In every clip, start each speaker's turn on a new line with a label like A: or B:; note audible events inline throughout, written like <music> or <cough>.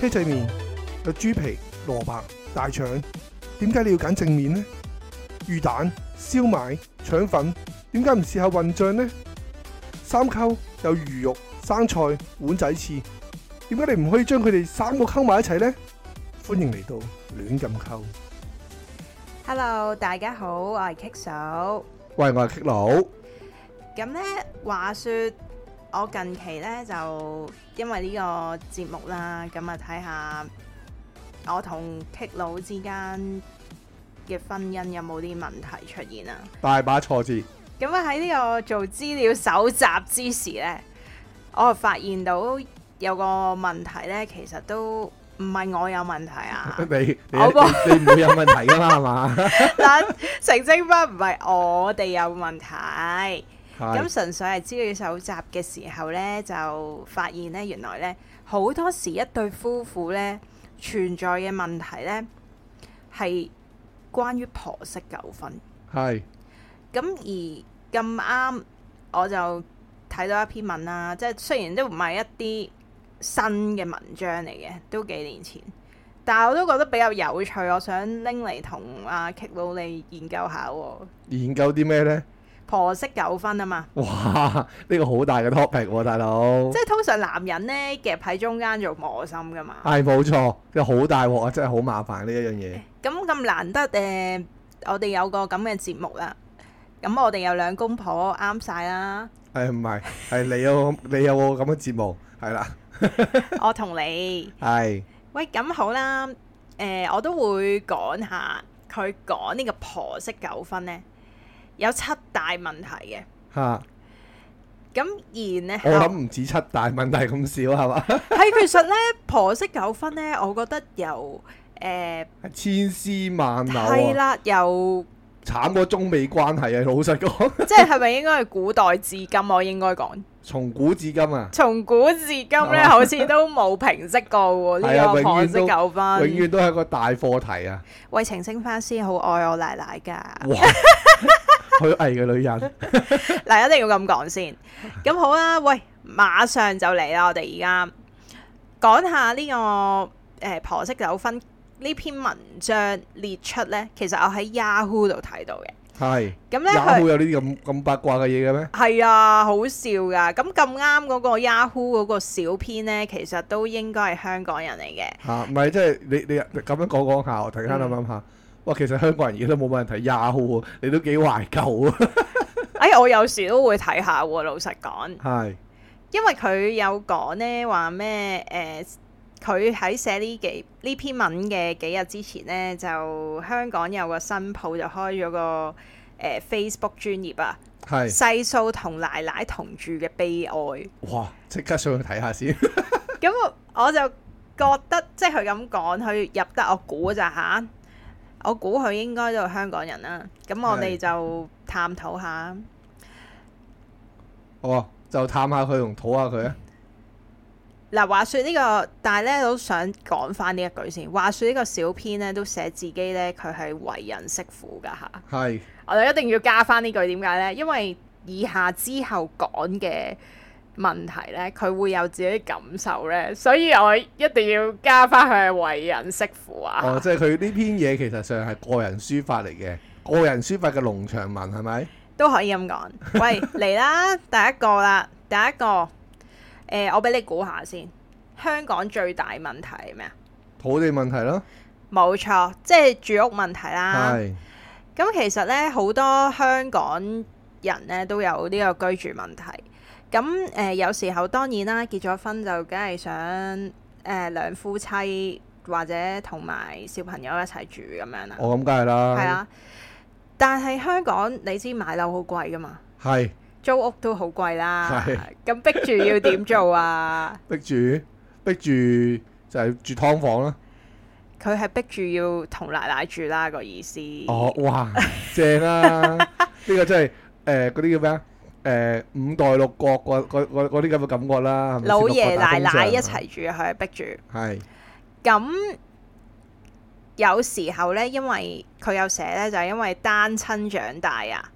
A: 雞仔麵有豬皮、蘿蔔、大腸，點解你要揀正面呢？魚蛋、燒賣、腸粉，點解唔試下混醬呢？三溝有魚肉、生菜、碗仔翅，點解你唔可以將佢哋三個溝埋一齊呢？歡迎嚟到亂咁溝，
B: Hello，大家好，我係 Kick 嫂。
A: 喂，我係 Kick 佬，
B: 咁呢話說，我近期呢就因為呢個節目啦，咁啊睇下我同 Kick 佬之間嘅婚姻有冇啲問題出現啊？
A: 大把錯字，
B: 咁啊喺呢個做資料搜集之時呢，我就發現到有個問題呢，其實都唔係我有問題啊
C: <laughs> 你。你你
B: 我冇
C: 你唔會有問題噶嘛係
B: <laughs>
C: 嘛？
B: 但澄清翻唔係我哋有問題，
C: 係
B: 咁純粹係資料搜集嘅時候呢，就發現呢，原來呢，好多時一對夫婦呢存在嘅問題呢，係關於婆媳糾紛。
C: 係
B: 咁而咁啱我就睇到一篇文啦，即係雖然都唔係一啲新嘅文章嚟嘅，都幾年前，但係我都覺得比較有趣，我想拎嚟同阿 Kick 佬你研究下喎。
C: 研究啲咩咧？
B: 婆媳糾紛啊嘛，
C: 哇！呢個好大嘅 topic 喎，大佬
B: 即。係通常男人呢夾喺中間做磨心噶嘛，
C: 係冇錯，又好大鑊啊！真係好麻煩呢一樣嘢。
B: 咁咁難得誒、呃我哋有個咁嘅節目啦，咁我哋有兩公婆啱晒
C: <laughs>
B: 啦，
C: 係唔係？係你有 <laughs> 你有個咁嘅節目，係啦，
B: 我同你。
C: 係
B: 喂，咁好啦，誒、我都會講下佢講呢個婆媳糾紛呢，有七大問題嘅。
C: 嚇。
B: 咁然
C: 我
B: 後
C: 諗唔止七大問題咁少係嘛？ <laughs>
B: 喺其實呢，婆媳糾紛呢，我覺得由誒
C: 千絲萬
B: 係
C: 縷啊，
B: 啦，由
C: 慘過中美關係啊！老實講， <laughs>
B: 即係係咪應該係古代至今？我應該講
C: 從古至今啊，
B: 從古至今呢，
C: 啊
B: 好似都冇平息過
C: <laughs>
B: 喎
C: 係啊
B: 呢
C: 永
B: 個
C: 遠
B: 婆媳
C: 都
B: 糾
C: 永
B: 紛。
C: 遠都係一個大課題
B: <laughs>
C: 啊！
B: 喂，澄清翻先，好愛我奶奶㗎。
C: 哇，虛偽嘅女人。
B: 嗱，一定要咁講先。咁好啦，喂，馬上就嚟啦，我哋而家講下呢、個誒、呃婆媳糾紛呢篇文章列出呢，其實我喺 Yahoo 度睇到嘅。
C: 係
B: 咁呢，
C: Yahoo
B: 佢
C: 有呢啲咁咁八卦嘅嘢嘅咩？
B: 係啊，好笑㗎。咁咁啱嗰個 Yahoo 嗰個小編呢，其實都應該係香港人嚟嘅。
C: 嚇，唔係即係你你你咁樣講講下，我突然間諗諗下，哇！其實香港人而家都冇乜人睇 Yahoo 喎，你都幾懷舊啊！
B: 哎，我有時都會睇下喎，老實講。
C: 係
B: 因為佢有講呢話咩誒，佢喺寫呢幾呢篇文嘅幾日之前呢，就香港有個新抱就開咗個誒、呃 Facebook 專頁啊，
C: 係，
B: 細數同奶奶同住嘅悲哀。咁
C: 哇！即刻上去睇下 <laughs> 先，
B: 我我就覺得即係佢咁講，佢入得我估咋吓，我估佢應該都係香港人啦。咁我哋
C: 係
B: 就探討下。
C: 哦，就探下佢同討下佢啊！
B: 嗱，話說呢、個，但係咧都想講翻呢一句先。話說呢個小編咧都寫自己咧，佢係為人媳婦噶嚇。
C: 係
B: 我哋一定要加翻呢句，點解咧？因為以下之後講嘅問題咧，佢會有自己感受咧，所以我一定要加翻佢係為人媳婦啊。
C: 哦，即係佢呢篇嘢其實上係個人書法嚟嘅，個人書法嘅農場文係咪？
B: <laughs> 都可以咁講。喂，嚟啦，第一個啦，第一個，誒、我俾你估下先。香港最大問題係咩啊？
C: 土地問題咯，
B: 冇錯，即係住屋問題啦。
C: 係
B: 咁其實咧，好多香港人咧都有呢個居住問題。咁誒、呃有時候當然啦，結咗婚就梗係想誒、呃、兩夫妻或者同埋小朋友一齊住咁樣啦，
C: 我咁梗係啊啦，
B: 係啦。但係香港你知買樓好貴噶嘛，
C: 係
B: 租屋都好貴啦
C: 係。
B: 咁逼住要點做
C: <laughs>
B: 啊？
C: 逼住逼住就係住劏房啦。
B: 佢係逼住要同奶奶住啦，個意思。
C: 哦，哇，正
B: <laughs>
C: 啊！呢個真係誒嗰啲叫咩啊？誒五代六國嗰嗰嗰嗰啲咁嘅感覺啦，係咪先
B: 老爺
C: 六國大
B: 奶
C: 封相
B: 奶一齊住，佢係逼住。
C: 係
B: 咁有時候咧，因為佢有寫咧，就係因為單親長大啊，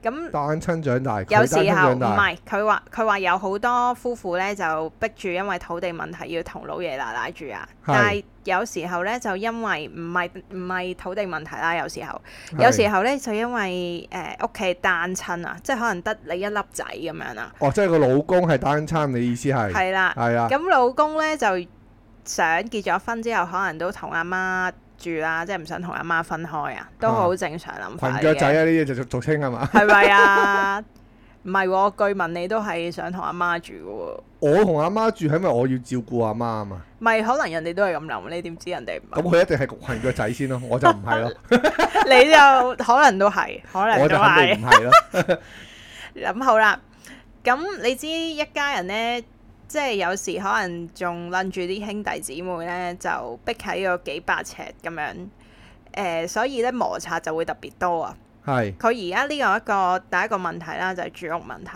B: 咁
C: 單親長大，佢
B: 有
C: 單
B: 時
C: 親
B: 候
C: 長
B: 唔
C: 大，
B: 係佢話佢話有好多夫婦咧就逼住，因為土地問題要同老爺奶奶住啊。
C: 係
B: 但係有時候咧就因為唔係唔係土地問題啦，有時候有時
C: 係
B: 候咧就因為呃誒屋企單親啊，即係可能得你一粒仔咁樣啦，
C: 哦，即係個老公係單親，你意思係
B: 係啦。
C: 係啊，
B: 咁老公咧就想結咗婚之後，可能都同阿媽住啦，即係唔想同阿媽分開啊，都好正常諗法
C: 裙
B: 嚟
C: 腳
B: 嘅
C: 仔啊呢啲就俗俗稱係嘛？ <laughs>
B: 係咪啊？唔係喎，據聞你都係想同阿媽住嘅喎。
C: 我同阿媽住係因為我要照顧阿媽啊
B: <laughs>
C: 嘛，
B: 咪可能人哋都係咁諗，你點知人哋唔
C: 咁
B: 係？
C: 佢一定係焗裙腳仔先咯，我就唔係咯，
B: 你就可能都係， <laughs> 可能
C: 我
B: 都
C: 就肯定
B: 係
C: 唔。係咯，
B: 諗好啦，咁你知一家人呢，即係有時可能仲攆住啲兄弟姊妹呢，就逼喺個幾百尺咁樣。誒、所以呢，摩擦就會特別多啊！
C: 係
B: 佢而家呢個一個第一個問題啦，就係、住屋問題。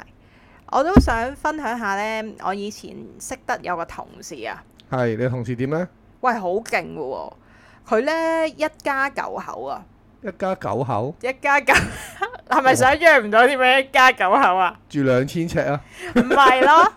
B: 我都想分享下呢，我以前識得有個同事啊，
C: 係你同事點啊咧？
B: 喂，好勁嘅喎！佢呢，一家九口啊，
C: 一家九口
B: 一家九 <laughs> 係咪想象唔到啲咩一家九口啊？
C: 住兩千尺啊，
B: 唔係咯，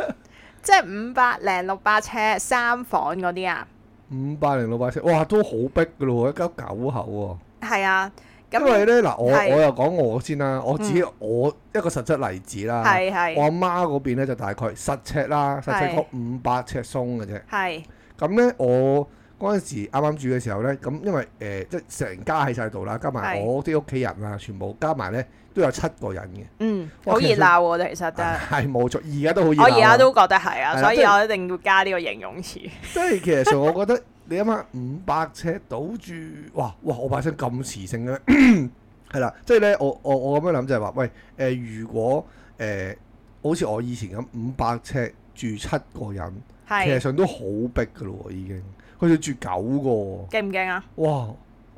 B: 即係五百零六百尺三房嗰啲啊，
C: 五百零六百尺，哇都好逼噶咯喎，一家九口喎。
B: 係啊，
C: 因為
B: 咁
C: 咧嗱，我
B: 係嗯
C: 我又講我先啦，我自己我一個實質例子啦。
B: 係
C: 我
B: 係
C: 阿媽嗰邊咧就大概十尺啦，十尺
B: 係
C: 曲五百尺鬆嘅啫。
B: 係
C: 咁咧我嗰陣時啱啱住嘅時候咧，咁因為誒、呃即係成家喺晒度啦，加埋
B: 係
C: 我啲屋企人啊，全部加埋咧都有七個人嘅，
B: 嗯，
C: 哇
B: 好熱鬧喎，其實都係。
C: 係冇錯。而家啊都好熱鬧啊
B: 我哦而家都覺得係啊，
C: 係啦
B: 所以
C: 即係
B: 我一定要加呢個形容詞。
C: 即係其實上，我覺得 <laughs> 你諗下五百尺賭住，哇哇！我把聲咁磁性嘅 <coughs> 咩，係啦，即係咧，我我我咁樣諗就係話，喂誒、呃如果誒、呃好似我以前咁五百尺住七個人，其實
B: 係
C: 上都好逼噶咯喎，已經佢哋住九
B: 勁唔勁啊？
C: 個，哇！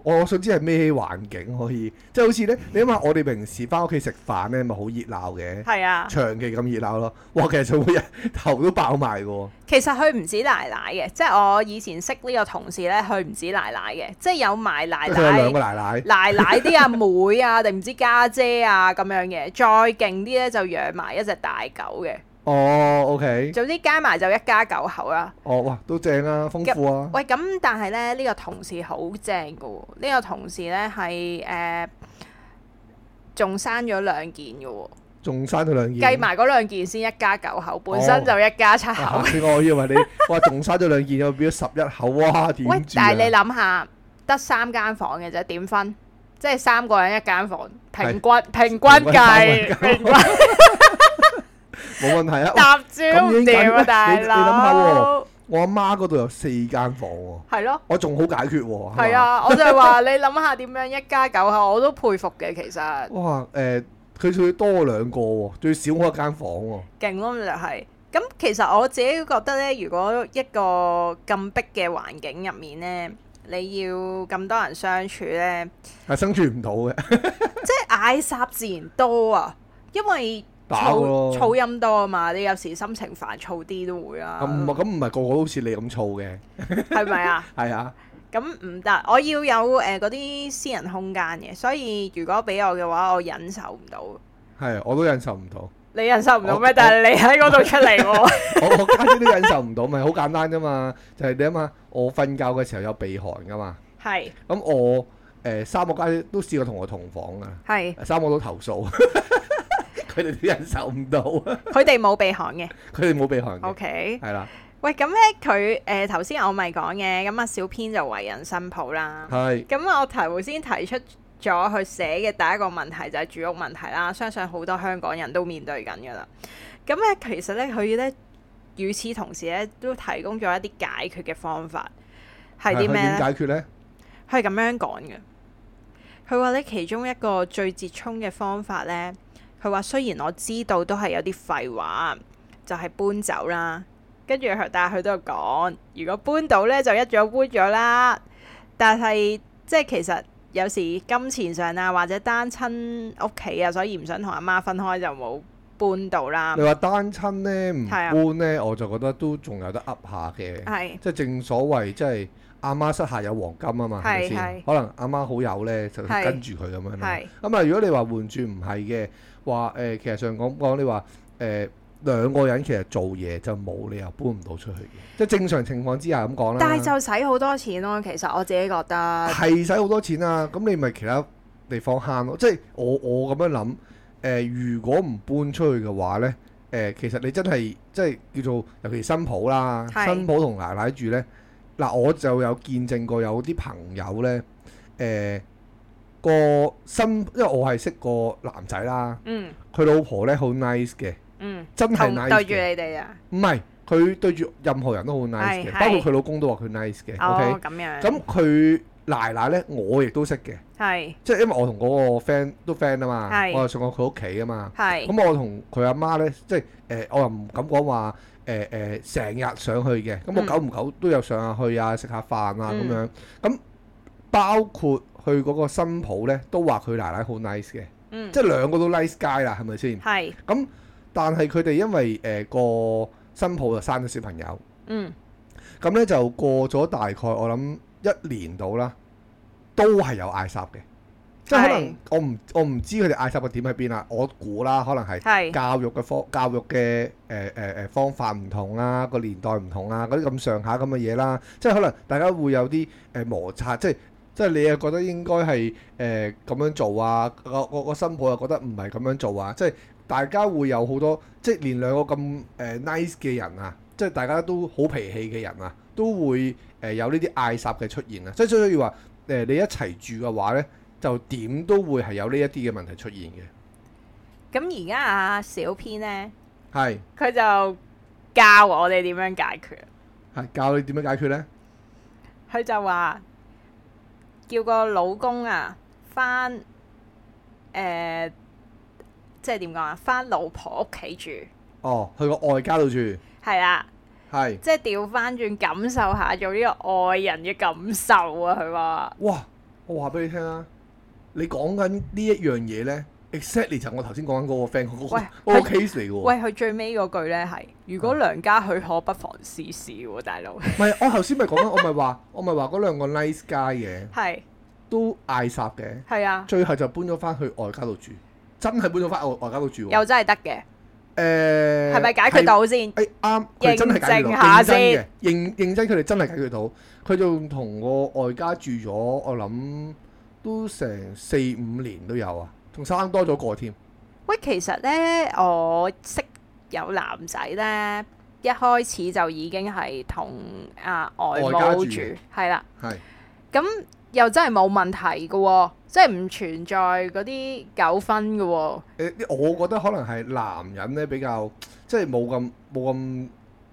C: 我想知係咩環境可以，即係好似咧，
B: 嗯
C: 你諗下我哋平時翻屋企食飯咧，咪好熱鬧嘅，
B: 係啊，
C: 長期咁熱鬧咯，哇！其實就會頭都爆埋嘅喎，
B: 其實佢唔止奶奶嘅，即係我以前識呢個同事咧，佢唔止奶奶嘅，即係有埋奶
C: 即係佢有
B: 奶
C: 兩個。奶奶。
B: 奶奶啲阿妹啊，定唔知家姐啊咁樣嘅，再勁啲咧就養埋一隻大狗嘅，
C: 哦，OK，
B: 總之加埋就一家九口啦。
C: 哦，哇，都正啊，豐富啊，
B: 喂，咁但係咧呢、個同事好正嘅喎，呢、個同事咧係誒仲生咗兩件嘅喎，
C: 仲生咗兩件，
B: 計埋嗰兩件先一家九口，本
C: 哦
B: 身就一家七口。
C: 哇。先我以為你，哇，仲生咗兩件，又變咗十一口，哇，點
B: <laughs> 喂，
C: 住啊
B: 但係你諗下，得三間房嘅啫，點分？即係三個人一間房，平均平均計，平均
C: 冇問題啊。
B: 搭焦
C: 已經
B: 點啊，
C: 緊
B: 大
C: 喂你你諗下
B: 佬
C: 喎。我阿媽嗰度有四間房喎，
B: 係咯。
C: 我仲好解決喎。
B: 係
C: 嘛，
B: 啊，我就係話你諗下點樣一家九口，我都佩服嘅，其實
C: 哇，誒，佢最多兩個喎，最少我一間房喎，
B: 勁咯，就係。咁其實我自己覺得咧，如果一個咁逼嘅環境入面咧，你要咁多人相處咧，
C: 係生存唔到嘅，
B: 即係嗌霎自然多啊，因為
C: 打㗎
B: 噪
C: 咯
B: 噪音多啊嘛，你有時心情煩躁啲都會啊
C: 咁，唔咁唔係個個都好似你咁燥嘅，
B: 係咪
C: <laughs>
B: 啊？
C: 係啊，
B: 咁唔得，我要有誒嗰啲私人空間嘅，所以如果俾我嘅話，我忍受唔到。
C: 係，啊我都忍受唔到。 <laughs>
B: 你忍受唔到咩
C: 我？
B: 但係你喺嗰度出嚟喎，
C: <laughs> 我我家姐都忍受唔到，咪好簡單啫嘛，就係、你諗下，我瞓覺嘅時候有鼻鼾噶嘛，
B: 係
C: 咁我誒、呃三個家姐都試過同我同房噶，
B: 係，
C: 三個都投訴， <laughs> 佢哋都忍受唔到，
B: 佢哋冇鼻鼾嘅。
C: 佢哋冇鼻鼾嘅，
B: OK，
C: 係啦，
B: 喂，咁咧佢誒頭先我咪講嘅，咁啊小編就為人新抱啦。
C: 係
B: 咁啊我頭先提出咗佢寫嘅第一個問題就係住屋問題啦，相信好多香港人都面對緊㗎啦。咁咧其實咧佢咧與此同時咧都提供咗一啲解決嘅方法，係啲
C: 佢
B: 咩
C: 點
B: 咧？
C: 解決咧？
B: 佢係咁樣講嘅。佢話咧，其中一個最折衷嘅方法咧，佢話雖然我知道都係有啲廢話，就係、搬走啦。跟住佢，但係佢都有講，如果搬到咧就一早搬咗啦。但係即係其實有時金錢上啊，或者單親屋企啊，所以唔想同阿媽分開就冇半度啦
C: 你，話單親咧唔
B: 係啊
C: 搬咧，我就覺得都仲有得噏下嘅，
B: 係
C: 即係正所謂即係阿媽膝下有黃金啊嘛，係咪
B: 係
C: 先？
B: 係
C: 可能阿媽好友咧就
B: 係
C: 跟住佢咁樣啦。
B: 係
C: 咁啊，如果你話換轉唔係嘅話，誒、其實上講講你話誒、兩個人其實做嘢就冇理由搬唔到出去嘅，即係正常情況之下咁講啦。
B: 但係就使好多錢咯。其實我自己覺
C: <laughs>
B: 得
C: 係使好多錢啊！咁你咪其他地方慳咯。即係我我咁樣諗，誒、如果唔搬出去嘅話呢，誒、其實你真係即係叫做，尤其新抱啦，
B: 係
C: 新抱同奶奶住呢。嗱，我就有見證過有啲朋友呢，誒、個新，因為我係識個男仔啦，
B: 嗯
C: 佢老婆呢好 nice 嘅，
B: 嗯，
C: 真係
B: 同
C: nice
B: 對住
C: 嘅，
B: 你哋啊，
C: 唔係佢對住任何人都好 nice 嘅，
B: 係係
C: 包括佢老公都話佢 nice 嘅。
B: 哦
C: OK，
B: 咁樣，
C: 咁佢奶奶呢，我亦都識嘅。
B: 係
C: 即係因為我同嗰個 friend 都 friend 啊嘛，
B: 係
C: 我又上過佢屋企啊嘛。
B: 係
C: 咁我同佢阿媽咧，即係誒、呃我又唔敢講話誒誒，成、日上去嘅。咁我
B: 嗯
C: 久唔久都有上下去啊，食下飯啊咁樣
B: 嗯。
C: 咁包括去嗰個新抱咧，都話佢奶奶好 nice 嘅，
B: 嗯
C: 即係兩個都 nice guy 啦，係咪先？
B: 係
C: 咁但係佢哋因為誒、呃、個新抱就生咗小朋友，
B: 嗯
C: 咁咧就過咗大概我諗一年到啦，都係有嗌霎嘅，即係可能
B: 係
C: 我唔我唔知佢哋嗌霎嘅點喺邊啦，我估啦，可能係
B: 係
C: 教育嘅方教育嘅誒誒誒方法唔同啦，個年代唔同啦，嗰啲咁上下咁嘅嘢啦，即係可能大家會有啲誒、摩擦，即係。即係你又覺得應該係誒咁樣做啊，個個個新抱又覺得唔係咁樣做啊，即係大家會有好多，即係連兩個咁誒、nice 嘅人啊，即係大家都好脾氣嘅人啊，都會誒、有呢啲嗌霎嘅出現啊，即係所以話誒、你一齊住嘅話咧，就點都會係有呢一啲嘅問題出現嘅，
B: 咁而家阿小編呢，
C: 係
B: 佢就教我哋點樣解決。
C: 係教你點樣解決咧？
B: 佢就話叫個老公啊翻誒、呃即係點講啊？翻老婆屋企住
C: 哦，去個外家度住，
B: 係啦，
C: 係
B: 即係調翻轉感受下做呢個愛人嘅感受啊！佢話
C: 哇！我話俾你聽啊，你講緊呢一樣嘢咧，exactly 就係我頭先講緊嗰個 friend 嗰
B: 喂
C: 個嗰個 case 嚟嘅
B: 喂，
C: 喎。
B: 佢最尾嗰句呢係：如
C: 哦
B: 果娘家許可，不妨試試喎，大佬
C: 唔係，我頭先咪講緊，我咪話， <laughs> 我咪話嗰兩個 nice guy 嘅
B: 係
C: 都嗌霎嘅，
B: 係啊，
C: 最後就搬咗翻去外家度住，真係搬咗翻外外家度住喎。
B: 又真係得嘅，
C: 誒
B: 係咪解決？到
C: 誒
B: 先？
C: 哎啱，佢哋真係解決
B: 認證
C: 到，
B: 下
C: 認真嘅
B: 先，
C: 認認真佢哋真係解決到。佢仲同我外家住咗，我諗都成四五年都有啊，仲生多咗個添。
B: 喂，其實咧，我識有男仔咧，一開始就已經係同啊外
C: 外家住
B: 母住，係啦，
C: 係
B: 咁又真係冇問題嘅喎、即係唔存在嗰啲糾紛嘅喎。
C: 誒，啲我覺得可能係男人咧比較即係冇咁冇咁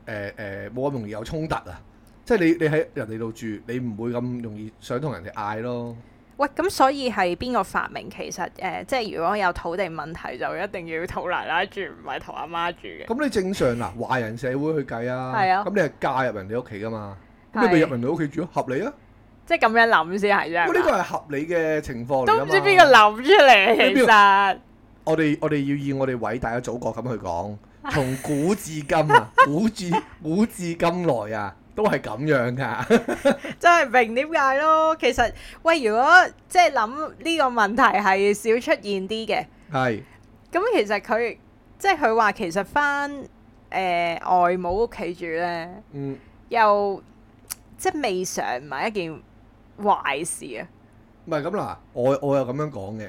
C: 誒誒冇咁容易有衝突啊。即係你你喺人哋度住，你唔會咁容易想同人哋嗌咯。
B: 喂，咁所以係邊個發明？其實誒、呃即係如果有土地問題，就一定要同奶奶住，唔係同阿媽住嘅。
C: 咁你正常嗱，華人社會去計啊，
B: 係啊
C: 咁你係嫁入人哋屋企噶嘛，咁你咪
B: 係
C: 入人哋屋企住咯，合理啊。
B: 即係咁樣諗先係
C: 喂呢個
B: 啫。
C: 係合理嘅情況嚟㗎
B: Dạ, vâng.
C: 嘛
B: 都唔知邊個諗出嚟，
C: 呢邊
B: 其
C: 個
B: 實
C: 我哋我哋要以我哋偉大嘅祖國咁
B: <laughs>
C: 去講，從古至今啊，古至古至今來啊，都係咁樣 <laughs> 噶。
B: 真係明點解咯。其實喂，如果即係諗呢個問題係少出現啲嘅，
C: 係
B: 咁其實佢即係佢話其實翻誒、呃外母屋企住咧，
C: 嗯，
B: 又即係未嘗唔係一件壞事啊。
C: 唔係咁嗱，我我又咁樣講嘅，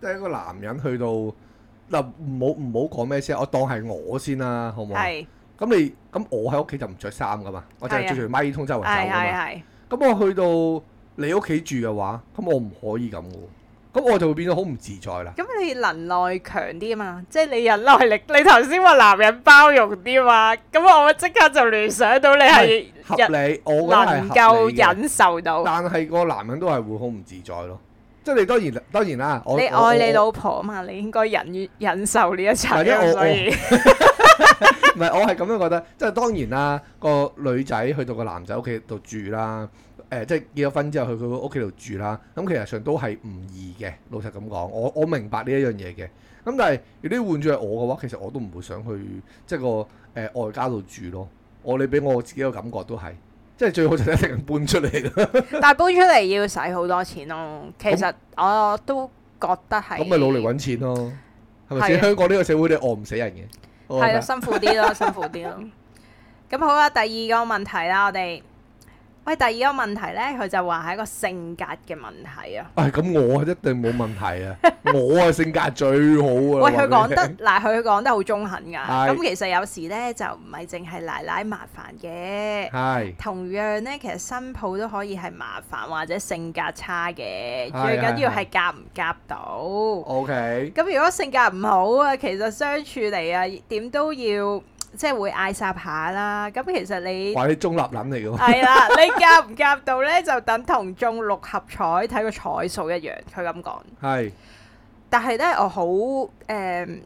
C: 即係一個男人去到嗱，唔好唔好講咩先，我當係我先啦，好唔好啊？
B: 係
C: 咁你咁我喺屋企就唔着衫噶嘛，我就係
B: 係啊
C: 着條咪通周圍走
B: 係
C: 噶
B: 係
C: 嘛。
B: 係，
C: 咁我去到你屋企住嘅話，咁我唔可以咁嘅喎，咁我就會變咗好唔自在啦。
B: 咁你能耐強啲啊嘛，即係你忍耐力。你頭先話男人包容啲嘛，咁我即刻就聯想到你係
C: 合
B: 人
C: 理，我覺得係
B: 能
C: 合
B: 夠
C: 理嘅
B: 忍受到。
C: 但係個男人都係會好唔自在咯。即係你當然當然啦，我
B: 你
C: 我
B: 愛你
C: 我
B: 老婆啊嘛，你應該忍於 <laughs> 忍受呢一切
C: 或者
B: 啊，
C: 我
B: 所以
C: 唔係我係咁樣覺得，即係當然啦，個女仔去到個男仔屋企度住啦，誒、即係結咗婚之後去佢個屋企度住啦，咁其實上都係唔易嘅，老實咁講，我我明白呢一樣嘢嘅。咁但係如果你換咗係我嘅話，其實我都唔會想去即係個誒、呃外家度住咯。我你俾我自己嘅感覺都係，即係最好就一定搬出嚟啦。
B: <laughs> 但係搬出嚟要使好多錢咯。其實我都覺得係
C: 咁咪努力揾錢咯，係咪
B: 係
C: 先？
B: 啊
C: 香港呢個社會你餓唔死人嘅，我覺
B: 係
C: 得
B: 啊，辛苦
C: <laughs>
B: 啲咯，辛苦啲咯。咁好啦，第二個問題啦，我哋喂第二個問題咧，佢就話係一個性格嘅問題啊。
C: 唉，咁我一定冇問
B: <laughs>
C: 題啊！我啊性格最好啊！
B: 喂，佢
C: 話
B: 講
C: 俾
B: 得
C: 你聽
B: 嗱，佢講得好中肯㗎。
C: 係
B: 咁其實有時咧就唔係淨係奶奶麻煩嘅。
C: 係
B: 同樣咧，其實新抱都可以係麻煩或者性格差
C: 係
B: 嘅，最緊要
C: 係
B: 係夾唔夾到。
C: OK，
B: 咁如果性格唔好啊，其實相處嚟啊，點都要即係會嗌霎下啦。咁其實你
C: 話你中立撚嚟嘅喎，
B: 係啦，你夾唔夾到呢？就等同中六合彩睇個彩數一樣。佢咁講，
C: 係
B: 但係呢，我好誒、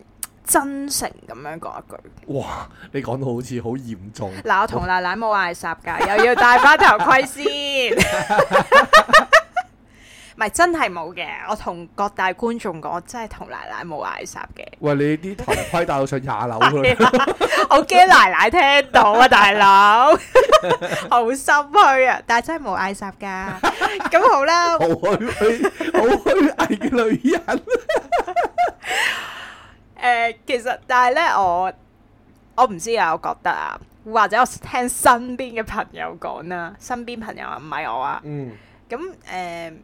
B: 真誠咁樣講一句。
C: 哇！你講到好似好嚴重，
B: 嗱，我同奶奶冇嗌霎㗎，又 <laughs> 要戴翻頭盔先。 <laughs> 唔係真係冇嘅，我同各大觀眾講，我真係同奶奶冇嗌霎嘅。 <laughs>
C: 喂，你啲頭盔戴到上廿樓啦， <laughs>
B: 我驚奶奶聽到啊，大佬， <laughs> 好心虛啊！但係真係冇嗌霎㗎。 <laughs> 咁好啦
C: 好，虛偽，好虛偽嘅女人。
B: 誒、其實但係咧，我我唔知啊，我覺得啊，或者我聽身邊嘅朋友講啦，身邊朋友啊，唔係我啊。
C: 嗯，
B: 咁誒、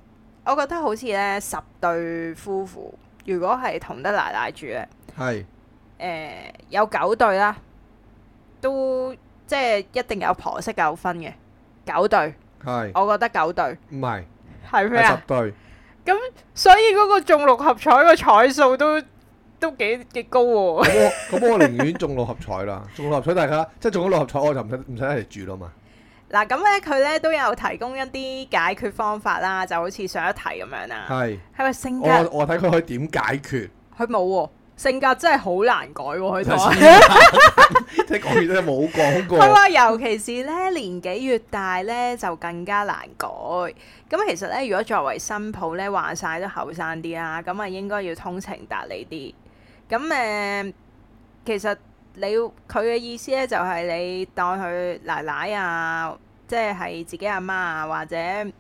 B: 我覺得好似咧十對夫婦，如果係同得奶奶住咧，
C: 係
B: 誒、有九對啦，都即係一定有婆媳糾紛嘅九對，
C: 係，
B: 我覺得九對
C: 唔係
B: 係咩
C: 係
B: 啊
C: 十？對，
B: 所以嗰個中六合彩個彩數都都幾幾高喎、
C: 咁我咁我寧願中六合彩啦，中六合彩大家即係中咗六合彩，我就唔使唔使一齊住啦嘛。
B: 嗱咁咧，佢咧都有提供一啲解決方法啦，就好似上一題咁樣啦。
C: 係，
B: 係咪性格
C: 我我睇佢可以點解決。
B: 佢冇喎？性格真係好難改喎、佢
C: 真係
B: 同我
C: 黐線 <laughs> 即係講完真係冇講過。
B: 佢話尤其是咧年紀越大咧就更加難改。咁其實咧，如果作為新抱咧，話晒都後生啲啦，咁啊應該要通情達理啲。咁誒、呃其實你佢嘅意思咧就係、你當佢奶奶啊，即係係自己阿媽啊，或者誒、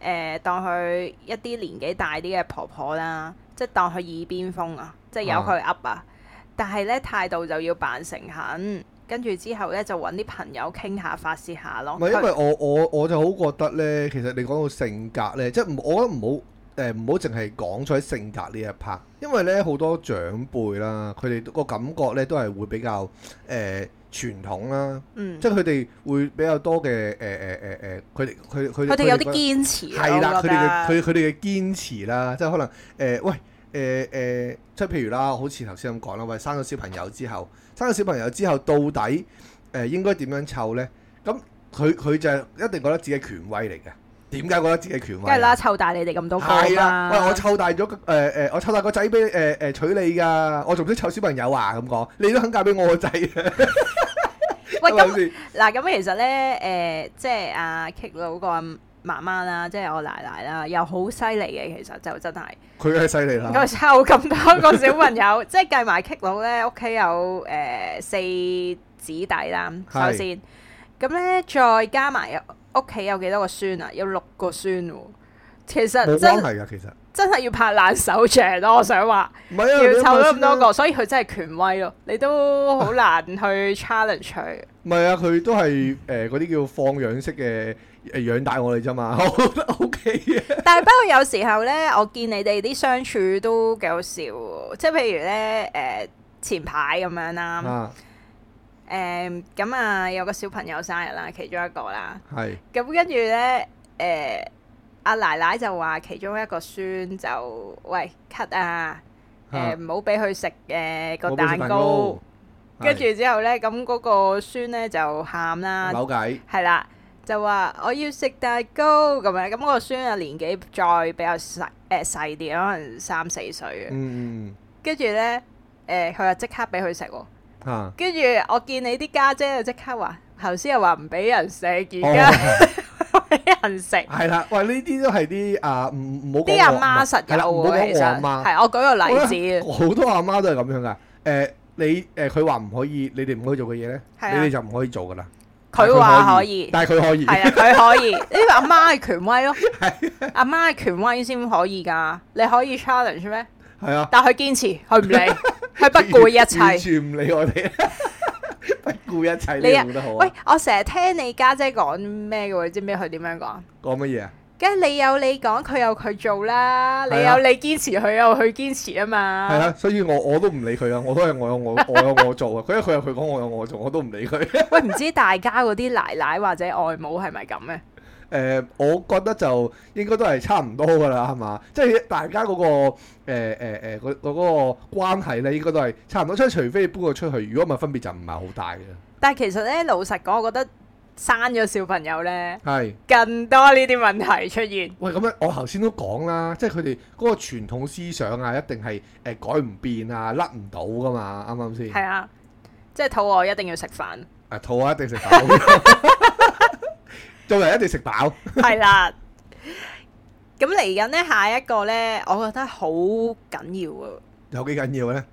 B: 呃、當佢一啲年紀大啲嘅婆婆啦，即係當佢耳邊風啊，即係由佢噏啊。但係咧態度就要扮誠懇，跟住之後咧就揾啲朋友傾下發泄下咯。
C: 唔係因為
B: 佢
C: 我我我就好覺得咧，其實你講到性格咧，即係唔我覺得唔好誒唔好淨係講咗喺性格呢一 part，因為咧好多長輩啦，佢哋個感覺咧都係會比較誒、呃、傳統啦，
B: 嗯，
C: 即係佢哋會比較多嘅誒誒誒誒，佢哋佢佢
B: 佢哋有啲
C: 覺得
B: 堅持啊
C: 係啦，佢
B: 我覺
C: 哋嘅
B: 得
C: 佢佢哋嘅堅持啦，即係可能誒、呃喂誒誒、呃即係譬如啦，好似頭先咁講啦，喂生咗小朋友之後，生咗小朋友之後到底誒、呃、應該點樣湊咧？咁佢佢就一定覺得自己係權威嚟嘅，點解覺得自己係權威
B: 梗係
C: 啊？
B: 啦，湊大你哋咁多個啊
C: 係啦，
B: 嘛。
C: 喂！我湊大咗個誒誒，我湊大個仔俾誒誒娶你㗎，我仲唔識湊小朋友啊？咁講，你都肯嫁俾我個仔啊？係咪
B: 喂咁
C: 先
B: 嗱，咁其實咧，誒、即係阿 Kick 佬個媽媽啦，即係我奶奶啦，又好犀利嘅，其實就真係
C: 佢係犀利啦，
B: 佢湊咁多個小朋 <laughs> 友，即係計埋 Kick 佬咧，屋企有誒、四子弟啦，
C: 係
B: 首先，咁咧再加埋屋企有幾多個孫啊？有六個孫喎。其
C: 冇
B: 實
C: 關
B: 真
C: 係㗎，其實
B: 真係要拍爛手掌咯，我想話
C: 唔係啊，
B: 要
C: 你諗
B: 湊
C: 下
B: 咗咁
C: 先啦
B: 多個，所以佢真係權威咯，你都好難去 <laughs> challenge 佢。
C: 唔係啊，佢都係誒嗰啲叫放養式嘅誒養大我哋啫
B: <laughs>
C: 嘛，我覺得 OK 嘅。
B: 但係不過有時候咧，我見你哋啲相處都幾好笑喎，即係譬如咧誒、前排咁樣啦，
C: 啊，
B: 誒咁啊有個小朋友生日啦，其中一個啦，
C: 係
B: 咁跟住咧誒阿奶奶就話其中一個孫就喂咳啊，
C: 啊
B: 誒唔好俾佢食誒個
C: 我俾佢
B: 蛋糕，跟住啊
C: 係
B: 之後咧咁嗰個孫咧就喊啦，
C: 扭計
B: 係啦，就話我要食蛋糕咁樣。咁我個孫啊年紀再比較細誒細啲，可能三四歲嘅。
C: 嗯嗯
B: 跟住咧誒，佢、就即刻俾佢食喎。
C: 嚇。啊
B: 跟住我見你啲家姐就即刻話，頭先又話唔俾人食，而
C: 哦
B: 家俾人食。
C: 係啦，喂，呢啲都係啲啊，唔唔好講
B: 啲阿
C: 我
B: 媽實
C: 係啦唔
B: 有
C: 好
B: 喎，其
C: 講我阿
B: 實
C: 媽。
B: 係我舉個例子，
C: 好多阿媽都係咁樣噶。誒、你誒佢話唔可以，你哋唔可以做嘅嘢咧，
B: 係啊
C: 你哋就唔可以做噶啦。
B: 佢話可以，
C: 但係佢可以。 <laughs>
B: 係啊，佢可以。呢個阿媽係權威咯，阿媽係權威先可以㗎。你可以 challenge 咩？
C: 係啊，
B: 但佢堅持，佢
C: <laughs>
B: 唔理，佢不顧
C: 完
B: 一切。
C: 全唔理我哋， <laughs> 不顧一切。
B: 你啊
C: 你做得好啊
B: 喂！，我成日聽你家姐講咩嘅喎？你知唔知佢點樣講？
C: 講乜嘢啊？
B: 梗係你有你講，佢有佢做啦。你
C: 係啊
B: 有你堅持，佢有佢堅持啊嘛。
C: 係啊，所以我我都唔理佢啊，我都係我有我我有我
B: <laughs>
C: 做啊。佢佢有佢講，我有我做，我都唔理佢。 <laughs> 誒、
B: 喂，唔知大家嗰啲奶奶或者外母係咪咁咧？
C: 我覺得就應該都係差唔多㗎啦，係嘛？即係大家嗰、個誒誒誒嗰嗰個關係咧，應該都係差唔多。即係除非搬過出去，如果唔係分別就唔係好大嘅。
B: 但係其實咧，老實講，我覺得生咗小朋友咧，
C: 係。
B: 更多呢啲問題出現。
C: 喂，咁樣我頭先都講啦，即係佢哋嗰個傳統思想啊，一定係誒、改唔變啊，甩唔到噶嘛，啱唔啱先？
B: 係啊，即係肚餓一定要食飯。
C: 啊，肚啊一定食 <laughs> 飽，做人一定食飽。
B: 係啦。咁嚟緊咧，下一個咧，我覺得好緊要啊，
C: 有幾緊要咧？